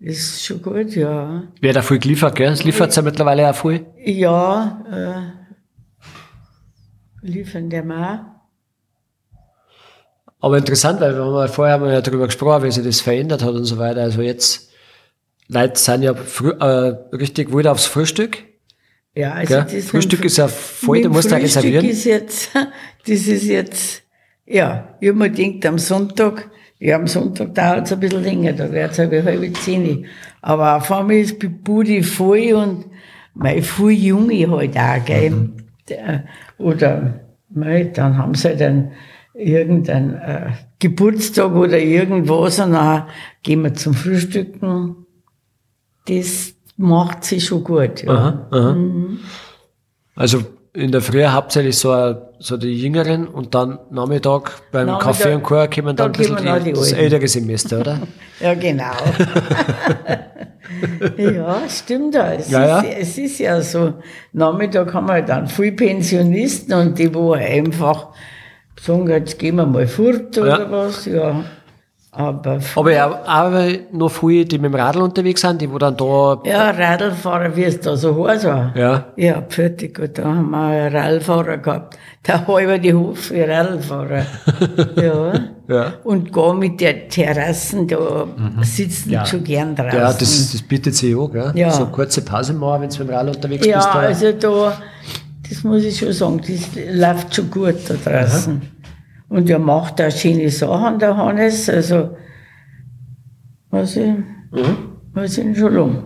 ist schon gut, ja.
Wird auch viel geliefert, gell? Es liefert ja mittlerweile auch viel.
Ja, äh, liefern der Mann.
Aber interessant, weil wir haben ja vorher haben wir ja darüber gesprochen, wie sich das verändert hat und so weiter. Also jetzt, Leute sind ja frü- äh, richtig wild aufs Frühstück.
Ja, also
Gell?
das mit-
Frühstück ist ja voll,
Mit
du musst ja
Frühstück
reservieren.
Ist jetzt, *laughs* das ist jetzt, ja, ich hab mir gedacht, am Sonntag, ja, am Sonntag dauert's ein bisschen länger, da wird's es halb halbe zehn. Aber auf einmal ist die Bude voll und mein voll Junge halt auch, gell.
Mhm.
Der, oder, mei, dann haben sie halt einen, irgendeinen äh, Geburtstag oder irgendwas und dann gehen wir zum Frühstücken. Das macht sie schon gut, ja.
Aha, aha.
Mhm.
Also in der Früh hauptsächlich so, eine- so die Jüngeren und dann Nachmittag beim
Nachmittag-
Kaffee und Chor kommen
da
dann ein bisschen
kommen auch
die,
die
das
Alten.
ältere
*laughs*
Semester, oder?
Ja, genau. ja, stimmt ja. Es,
Ja,
ist,
ja.
es ist ja so, Nachmittag haben wir halt dann viele Pensionisten und die, wo einfach sagen, jetzt gehen wir mal fort oder
Ja.
was, ja. Aber f-
Aber ja, aber noch viele, die mit dem Radl unterwegs sind, die wo dann da,
ja, Radlfahrer, wie es da so heiß war.
ja,
Ja, pfirtig, gut, da haben wir einen Radlfahrer gehabt. Der halber die Hof für
*laughs*
Radlfahrer. ja.
ja. Mhm.
Und gar mit der Terrassen, da sitzen schon gern draußen.
Ja, das, das bietet sich auch, gell?
Ja.
So kurze Pause machen, wenn du mit dem Radl unterwegs
Ja,
bist. da-
also da, das muss ich schon sagen, das läuft schon gut da draußen. Und er macht auch schöne Sachen, der Hannes, also, was ich,
Mhm.
was ich schon lang.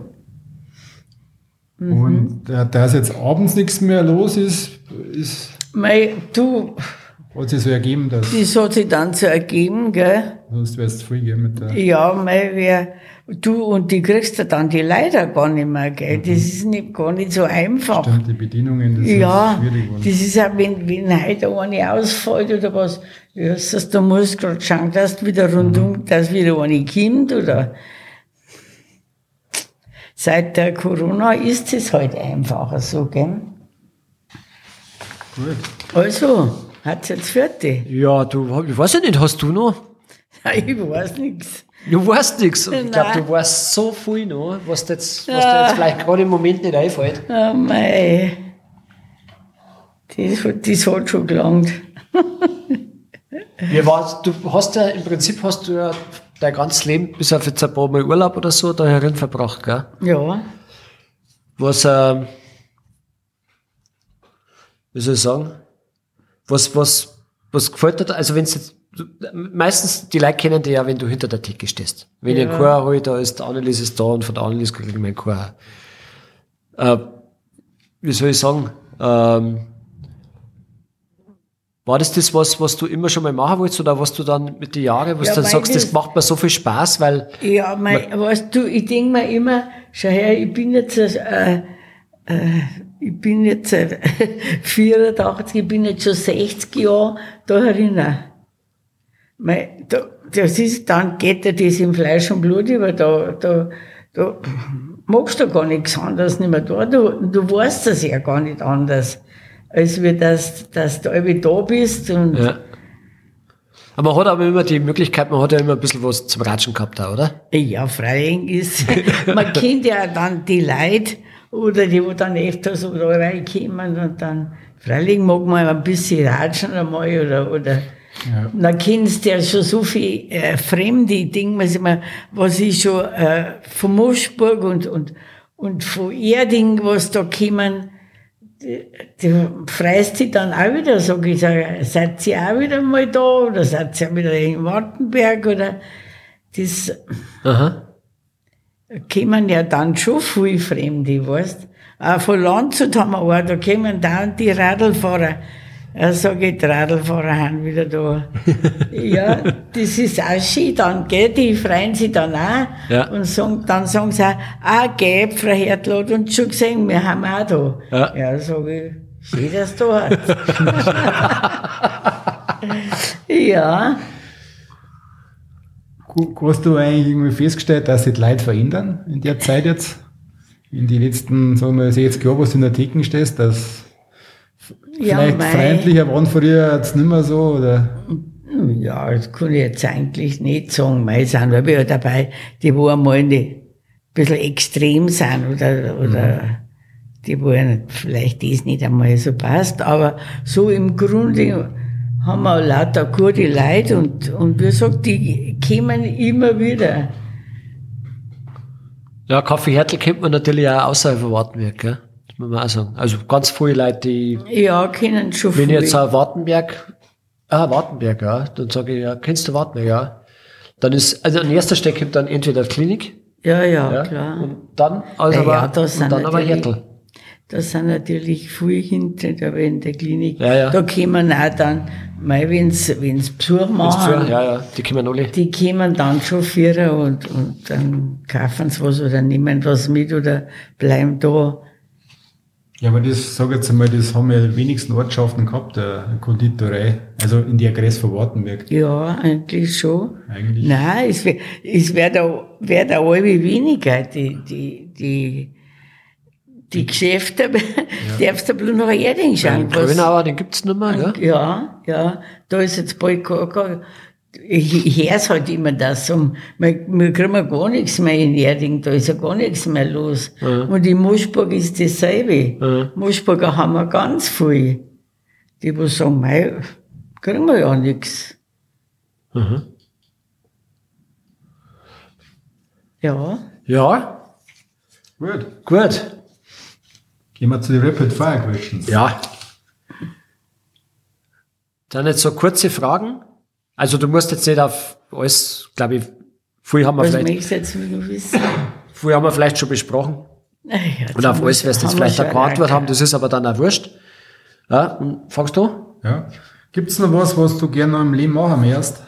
Mhm.
Und äh, dass jetzt abends nichts mehr los ist, ist
Mei, du,
hat sich so ergeben, dass
das hat sich dann so ergeben, gell?
sonst wärst du free gell, mit der.
Ja, mei, wer, du, und die kriegst du dann die Leider gar nicht mehr, gell?
Mhm.
Das ist nicht, gar nicht so einfach.
Stimmt, die Bedienungen, das
Ja,
ist schwierig geworden.
das ist auch, wenn, wenn heute eine ausfällt oder was, ja, das, da musst du gerade schauen, dass du wieder
Mhm.
rundum, dass wieder eine kommt oder. Seit der Corona ist es halt einfacher so, gell?
Gut.
Also, hat's jetzt fertig? *laughs*
ja, du, ich weiß ja nicht, hast du noch?
Ich weiß nichts.
Du weißt nichts. Ich glaube,
Nein.
du weißt so viel noch, was dir jetzt, was dir jetzt vielleicht gerade im Moment nicht einfällt.
Oh mei. Das, hat- das hat schon gelangt.
Wie war's? Du hast ja im Prinzip hast du ja dein ganzes Leben bis auf jetzt ein paar Mal Urlaub oder so da herin verbracht, gell?
Ja.
Was, ähm, wie soll ich sagen? Was, was, was gefällt dir da? Also wenn du jetzt du, meistens, die Leute kennen dich ja, wenn du hinter der Theke stehst. Wenn ich
Ja.
einen Chor hole, da ist der Annelies ist da und von der Annelies kriege ich meinen Chor. Äh, wie soll ich sagen? Ähm, war das das, was, was du immer schon mal machen wolltest oder was du dann mit den Jahren, was
Ja,
du dann
weil
sagst, das
das-
macht mir so viel Spaß, weil
Ja, mein, weißt du, ich denk mir immer, schau her, ich bin jetzt, äh, äh, ich bin jetzt *laughs* seit 84, ich bin jetzt schon 60 Jahre da herinnen. Mei, da, das ist, dann geht dir das im Fleisch und Blut über, da, da, da magst du gar nichts anderes nicht mehr da, du, du weißt das ja gar nicht anders, als wie das, dass du irgendwie da bist und,
Ja. Aber man hat aber immer die Möglichkeit, man hat ja immer ein bisschen was zum Ratschen gehabt, da, oder?
Äh, Ja, Freiing ist, *laughs* man kennt ja dann die Leute oder die, wo dann öfters so da reinkommen und dann, freilich mag man ein bisschen ratschen einmal oder, oder,
Ja.
na kennst du ja schon so viel äh, Fremde, ich denke mir immer, was ich schon äh, von Moschburg und, und, und von Erding, was da kommen, du freust dich dann auch wieder, sag ich, sag, seid ihr auch wieder mal da oder seid ihr wieder in Wartenberg oder das
Aha.
kommen ja dann schon viele Fremde, weißt Auch von Landshut haben wir auch, da kommen dann die Radlfahrer. Ja, sag ich, die Radlfahrer haben wieder
*laughs*
da. ja, das ist auch schön dann, gell? Die freuen sich dann auch.
Ja.
Und sagen, dann sagen sie auch, ah, gell, Frau Hertel hat uns schon gesehen, wir haben auch da.
Ja.
ja sag ich, schön, dass du da
*laughs*
hast. ja.
Gu- Hast du eigentlich irgendwie festgestellt, dass sich die Leute verändern in der Zeit jetzt? In die letzten, sagen wir, 60 Jahre, wo du in der Theken stehst, dass
ja,
vielleicht
mei.
freundlicher waren früher jetzt nicht mehr so, oder?
Ja, das kann ich jetzt eigentlich nicht sagen. Mei, sind wir ja dabei, die wo einmal nicht ein bisschen extrem sind oder, oder
Mhm.
die wo ja nicht- vielleicht das nicht einmal so passt. Aber so im Grunde haben wir lauter gute Leute und, und wie gesagt, die kommen immer wieder.
Ja, Kaffeehärtel kennt man natürlich auch außerhalb von Wartenberg, gell? Das muss man auch sagen. Also ganz viele Leute, die,
Ja, können schon
wenn ich
viele.
jetzt auch Wartenberg, ah, Wartenberg, ja, dann sage ich, ja, kennst du Wartenberg, ja? Dann ist, also an erster Stelle kommt dann entweder die Klinik,
ja, ja,
ja,
klar.
und dann, also
Ja,
aber,
ja, da
und
sind
dann aber
natürlich-
Härtel.
Da sind natürlich viele hinter, aber in der Klinik,
Ja, ja.
da kommen auch dann, mei, wenn's, wenn's Besuch machen,
Ja, ja, die kommen alle.
die kommen dann schon vierer und, und dann kaufen sie was oder nehmen was mit oder bleiben da.
Ja, aber das, sag jetzt einmal, das haben ja die wenigsten Ortschaften gehabt, der Konditorei. Also in der Gräß von Wartenberg.
Ja, eigentlich schon.
Eigentlich.
Nein, es wäre es wär da, wär da alle weniger, die, die, die, die Geschäfte, *laughs* darfst du bloß nach Erding schauen.
Den
was-
Grönauer, den gibt's nicht mehr, gell?
Ja, ja, da ist jetzt bald gar, gar ich ich hör's halt immer das, um, wir, wir kriegen gar nichts mehr in Erding, da ist ja gar nichts mehr los. Und in Moschburg ist dasselbe.
Mhm.
Moschburger haben wir ganz viel. Die, wo sagen, mei, kriegen wir ja nichts.
Mhm.
Ja,
Ja,
Gut.
gut.
Gehen wir zu den Rapid Fire Questions.
Ja. Dann jetzt so kurze Fragen. Also du musst jetzt nicht auf alles, glaube ich, viel haben, wir
was
vielleicht,
möchtest du jetzt noch wissen?
viel haben wir vielleicht schon besprochen.
Naja,
Und auf alles wirst du jetzt vielleicht eine Antwort haben,
das
das ist aber dann auch wurscht. Ja, und fangst du?
Ja. Gibt's noch was, was du gerne noch im Leben machen möchtest?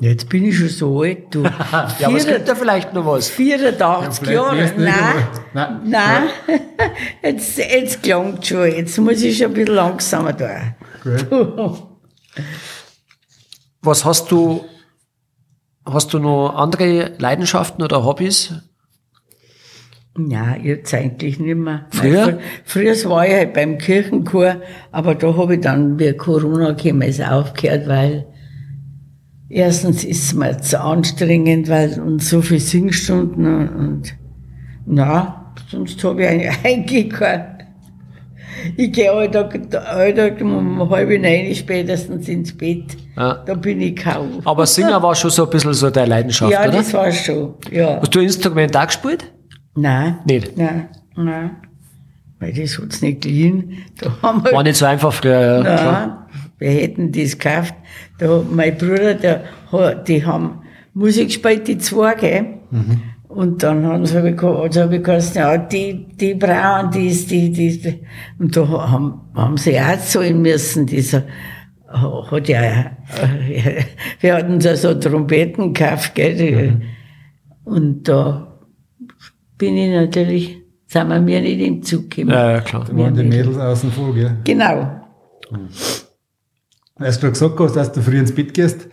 Jetzt bin ich schon so alt, du.
*laughs* Ja, aber es gibt ja vielleicht noch was.
84
Ja,
Jahre,
vielleicht nächstes
nein,
Mal.
nein, *laughs* jetzt, jetzt klingt schon, jetzt muss ich schon ein bisschen langsamer da.
Gut.
Was hast du, hast du noch andere Leidenschaften oder Hobbys?
Nein, jetzt eigentlich nicht mehr.
Früher?
Nein, fr- Früher war ich halt beim Kirchenchor, aber da habe ich dann, wie Corona kam, ist aufgehört, weil erstens ist es mir zu anstrengend, weil und so viele Singstunden und, und na, sonst habe ich eigentlich- *laughs* eigentlich kein. Ich halt gehe alle Tag, alle Tag um halb neun spätestens ins Bett.
Ja.
Da bin ich kaum.
Aber Singen war schon so ein bisschen so deine Leidenschaft,
ja,
oder?
das war schon. Ja.
Hast du ein Instrument auch gespielt?
Nein.
Nicht.
Nein, er nein. Weil das hat's nicht geliehen. Da haben wir.
War nicht so einfach früher, ja.
nein,
klar.
wir hätten das gekauft. Da, mein Bruder, der, hat- die haben Musik gespielt, die zwei, gell?
Mhm.
Und dann haben sie hab ich, ge- also hab ich geheißen, ja, die, die brauchen dies, die, dies. Und da haben, haben sie auch zahlen müssen, dieser, hat ja, *laughs* äh, wir hatten da so Trompeten gekauft, gell? die-
Mhm.
Und da bin ich natürlich, sind wir mir nicht im Zug gekommen.
Ja, ja, klar.
Da waren die Mädels außen vor, gell?
Genau.
Als du gerade gesagt hast, dass du früh ins Bett gehst,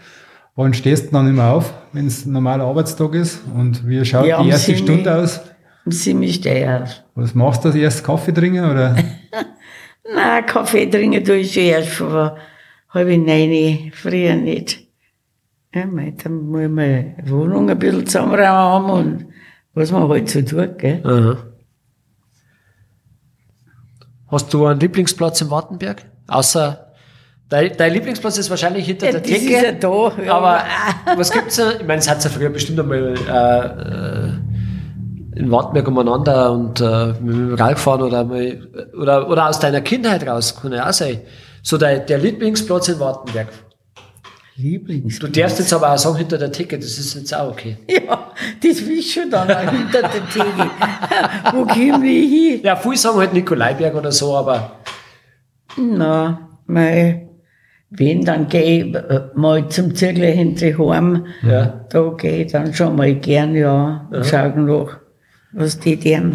wann stehst du dann immer auf, wenn es ein normaler Arbeitstag ist? Und wie schaut
Ja,
die
am
erste
Sinne.
Stunde aus?
Und sie mischt eh aus.
Was machst du? Erst Kaffee trinken oder?
Na, Kaffee trinken tue ich schon erst von halb neun, früher nicht. Ja, mei, dann muss ich meine Wohnung ein bisschen zusammenräumen und was man halt so tut, gell.
Aha. Hast du einen Lieblingsplatz im Wartenberg? Außer dein, dein Lieblingsplatz ist wahrscheinlich hinter
Ja,
der
das
Decke.
ist ja da, ja.
Aber was gibt's da? Ich meine, es hat ja früher bestimmt einmal äh, äh, in Wartenberg umeinander und äh, mit dem Rall gefahren oder, mal, oder, oder aus deiner Kindheit raus, kann ja auch sein. So dein, der Lieblingsplatz in Wartenberg.
Lieblings.
Du darfst jetzt aber auch sagen, hinter der Theke, das ist jetzt auch okay.
*laughs* Ja, das will ich schon dann auch hinter der Theke. *laughs* Wo komme ich hin?
Ja, viele sagen halt Nikolaiberg oder so, aber
Na, mei, wenn, dann gehe ich äh, mal zum Zirkel hinter heim.
ja.
Da gehe ich dann schon mal gern, ja, und schaue nach, was die deren.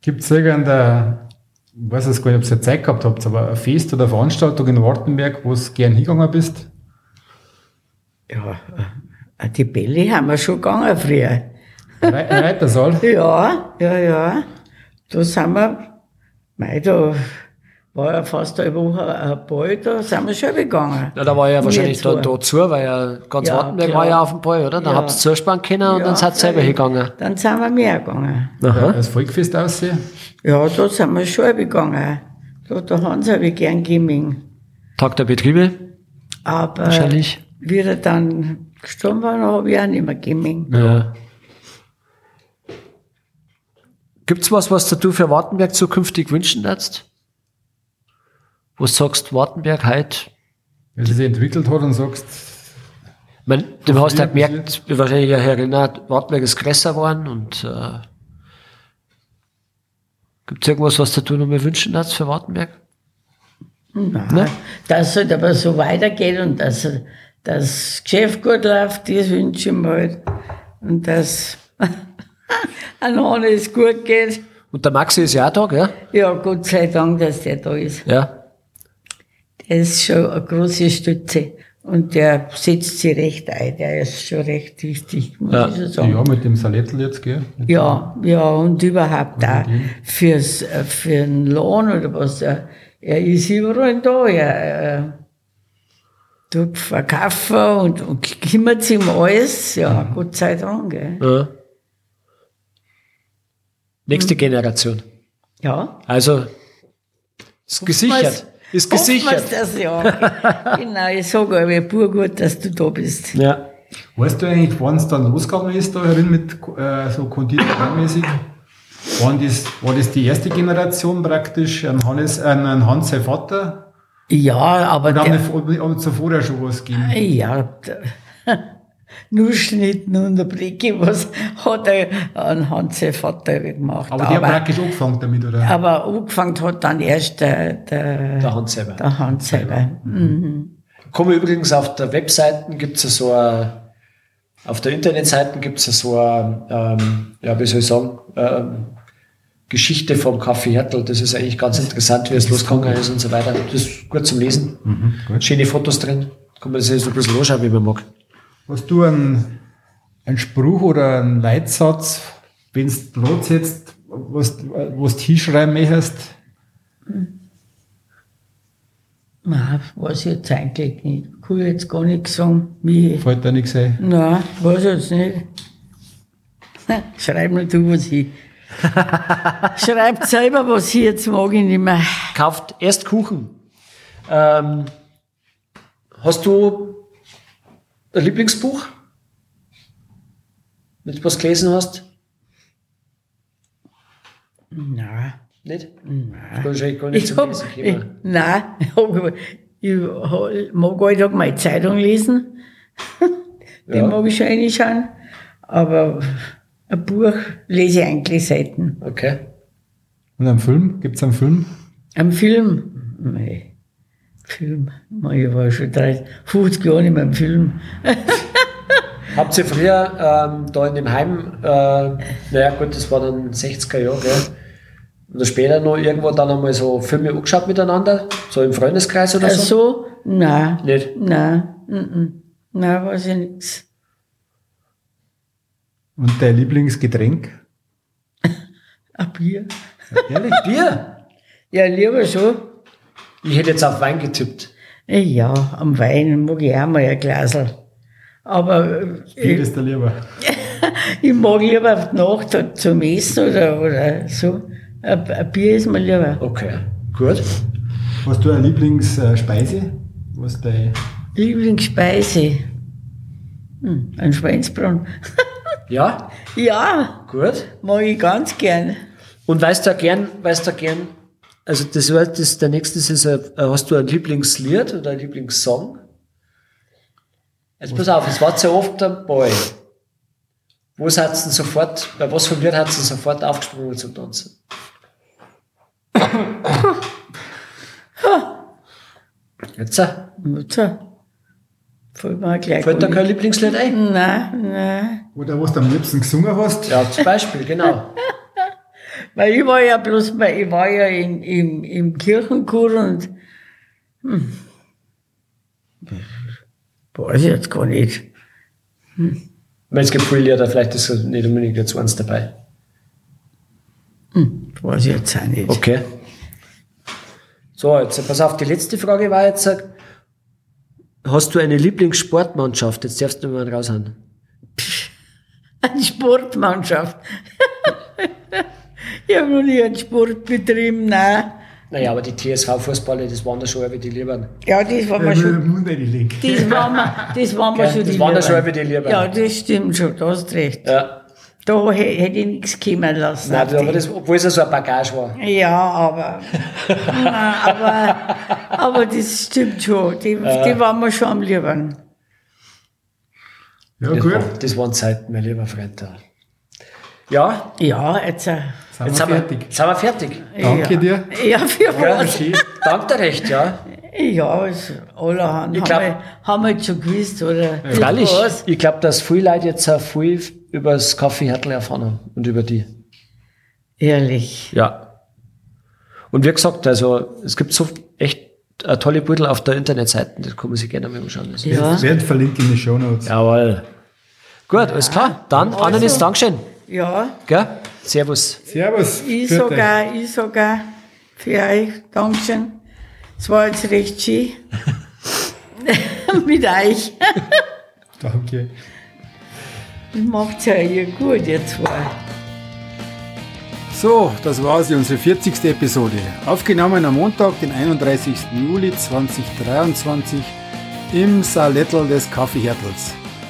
Gibt es irgendein, ich weiß es gar nicht, ob ihr Zeit gehabt habt, aber ein Fest oder eine Veranstaltung in Wartenberg, wo du gern hingegangen bist?
Ja, äh, die Bälle haben wir schon gegangen früher.
Rei- Reitersaal?
Ja, ja, ja. Da sind wir, mei, da war ja fast eine Woche ein Ball, da sind wir schon gegangen.
Ja, da war ja
Wir
wahrscheinlich da,
zwei.
da zu, weil ja ganz
Ja,
Wartenberg
klar.
war ja auf dem Ball, oder? Da
Ja.
habt ihr zuspannen können und
Ja,
dann seid ihr selber
freilich.
hingegangen.
Dann sind wir mehr gegangen.
Ja,
Aha.
Als Volkfest aussehen?
Ja, da sind wir schon gegangen. Da, da haben sie aber gern gemieden.
Tag der Betriebe,
Aber
wahrscheinlich.
wie er dann gestorben war, habe ich auch nicht mehr gemieden.
Ja. Gibt's was, was du für Wartenberg zukünftig wünschen darfst? Wo du sagst, Wartenberg halt.
Weil sie sich entwickelt hat und sagst,
Ich mein, du hast ja
wir bis
gemerkt, wahrscheinlich ja Herr Renat, Wartenberg ist größer geworden und äh, gibt's irgendwas, was du noch mehr wünschen darfst für Wartenberg?
Nein.
Ne?
Dass es halt aber so weitergeht und dass das Geschäft gut läuft, das wünsche ich mir halt. Und dass *laughs* an alles gut geht.
Und der Maxi ist ja auch da, gell?
Ja, Gott sei Dank, dass der da ist.
Ja.
Der ist schon eine große Stütze. Und der setzt sich recht ein. Der ist schon recht wichtig, muss
Ja.
ich schon sagen.
ja, mit dem Salettel jetzt, gell?
Ja, ja, und
Mhm.
überhaupt auch fürs, äh, für den Lohn oder was. äh, Er ist überall da, er äh, tut verkaufen und, und kümmert sich um alles. Ja,
Mhm.
Gott sei Dank. Gell.
Ja. Nächste Generation.
Ja.
Also ist gesichert. Ist
Oftmals
gesichert.
Das,
*laughs*
ja. genau, ich sage aber, Burgut, dass du da bist.
Ja.
Weißt du eigentlich, wann es dann losgegangen ist, da herin mit äh, so konditormäßig? Wann das, war das die erste Generation praktisch? Ein Hannes, äh, ein Hans, sein Vater?
Ja, aber
Oder
der,
haben wir haben zuvor ja schon was gegeben?
Ja, da- *laughs* nur Schnitten und eine Blicke, was hat er an Hanse Vater gemacht.
Aber, die haben praktisch angefangen damit, oder?
aber angefangen hat dann erst der, der,
Der Hans selber.
der Hans selber. Mhm.
Komme übrigens auf der Webseite gibt es so eine, auf der Internetseite gibt es so eine, ähm, ja, wie soll ich sagen, ähm, Geschichte vom Kaffee Hertel. Das ist eigentlich ganz interessant, wie es losgegangen ist und so weiter. Das ist gut zum Lesen. Schöne Fotos drin. Kann man sich so ein bisschen anschauen, wie man mag.
Hast du einen, einen Spruch oder einen Leitsatz, wenn du Brot setzt, was, du- was du hinschreiben möchtest?
Nein, weiß ich jetzt eigentlich nicht. Kann ich jetzt gar nicht sagen. Wie,
Fällt da nichts ein.
nein, weiß ich jetzt nicht. *laughs* Schreib mir du, was ich. Schreib selber, was ich jetzt mag, ich nicht mehr.
kauft erst Kuchen. Ähm, hast du ein Lieblingsbuch, wenn du was gelesen hast?
Nein.
Nicht? Ich kann schon- ich kann nicht
Ich
zum
hab,
Lesen
*laughs* ich,
kommen.
nein, ich hab- ich hol- mag jeden Tag meine Zeitung lesen. Die
Ja.
mag ich schon reinschauen. Aber ein Buch lese ich eigentlich selten.
Okay.
Und einen Film? Gibt es einen Film?
Ein Film? Nein. Film. Mann, Ich war schon 30, 50 Jahre nicht mehr im Film.
Habt ihr früher ähm, da in dem Heim, äh, naja gut, das war dann 60er Jahre, gell? Oder später noch irgendwo dann einmal so Filme angeschaut miteinander? So im Freundeskreis oder
Ach
so?
so? Nein.
Nicht?
Nein. mhm. Nein, weiß ich nichts.
Und dein Lieblingsgetränk?
Ein Bier?
Ehrlich?
Bier?
Ja, lieber schon.
Ich hätte jetzt auf Wein getippt.
Ja, am Wein mag ich auch mal ein Glasl. Aber äh,
Bier ist der lieber.
*laughs* Ich mag lieber auf die Nacht halt zum Essen oder, oder so. Ein, ein Bier ist mir lieber.
Okay. Gut.
Hast du eine Lieblingsspeise? Was dein
Lieblingsspeise. Hm, ein Schweinsbraten. *laughs*
Ja,
ja,
gut.
mag ich ganz gern.
Und weißt du auch gern, weißt du auch gern, also das war das, der nächste ist, ein, äh, hast du ein Lieblingslied oder ein Lieblingssong? Jetzt pass auf, es war sehr oft dabei. Wo seid ihr denn sofort, bei was vom Lied hat sie sofort aufgesprungen zum Tanzen? Jetzt, äh,
Mutter. Fällt mir auch gleich
fällt da
gar
kein
nicht.
Lieblingslied ein?
Nein, nein.
Oder was du am liebsten gesungen hast?
Ja, zum Beispiel, genau.
Weil ich war ja bloß mal, ich war ja in, im, im Kirchenchor und. Hm. Weiß ich jetzt gar nicht.
Ich meine, es gibt viele Lieder, vielleicht ist nicht unbedingt jetzt eins dabei.
Weiß ich jetzt auch nicht.
Okay. So, jetzt pass auf, die letzte Frage war jetzt, sag, hast du eine Lieblingssportmannschaft? Jetzt darfst du mal raushauen.
*laughs* Eine Sportmannschaft. *laughs* ich habe noch nie einen Sport betrieben, nein.
Naja, aber die TSV-Fußballer, das waren da schon alle die Liebern.
Ja, das war mir
*laughs*
schon.
Mund einlegen.
Das war mir, das war mir
Gell,
schon
das
die
waren ja
Lieben.
schon alle die Lieben.
Ja, das stimmt schon, da hast recht.
Ja.
Da hä- hätte ich nichts kommen lassen.
Nein,
auf
aber
die.
das, obwohl es ja so ein Bagage war.
ja,
*laughs*
aber, nein, aber, aber das stimmt schon. Die, die waren mir schon am liebsten.
Ja,
Das,
gut.
war, das waren Zeiten, mein lieber Freund. da. Ja,
Ja, jetzt. äh,
Sind
jetzt sind,
wir fertig.
Wir, jetzt sind wir fertig.
Danke
ja.
dir.
Ja, für was?
Ja, danke dir recht, ja.
Ja, es, allerhand
Ich glaub-
haben, wir, haben wir jetzt schon gewusst, oder? Für
Freilich,
was?
ich glaube, dass viele Leute jetzt auch viel über das Kaffeehärtel erfahren haben und über die.
Ehrlich.
Ja. Und wie gesagt, also es gibt so echt eine tolle Beutel auf der Internetseite, das kann man sich gerne mal anschauen. lassen.
Ja,
Werd verlinkt in die Shownotes.
Jawohl. Gut, alles klar. Dann,
Also.
Annelies, Dankeschön.
ja.
Gell? Servus.
Servus.
Ich
Vierte.
sogar, ich sogar für euch. Dankeschön. Es war jetzt recht schön. *laughs* Mit euch.
Danke.
Macht's ja ihr gut, ihr zwei.
So, das war sie, unsere 40. Episode. Aufgenommen am Montag, den 31. Juli 2023 im Salettel des Kaffeehärtels.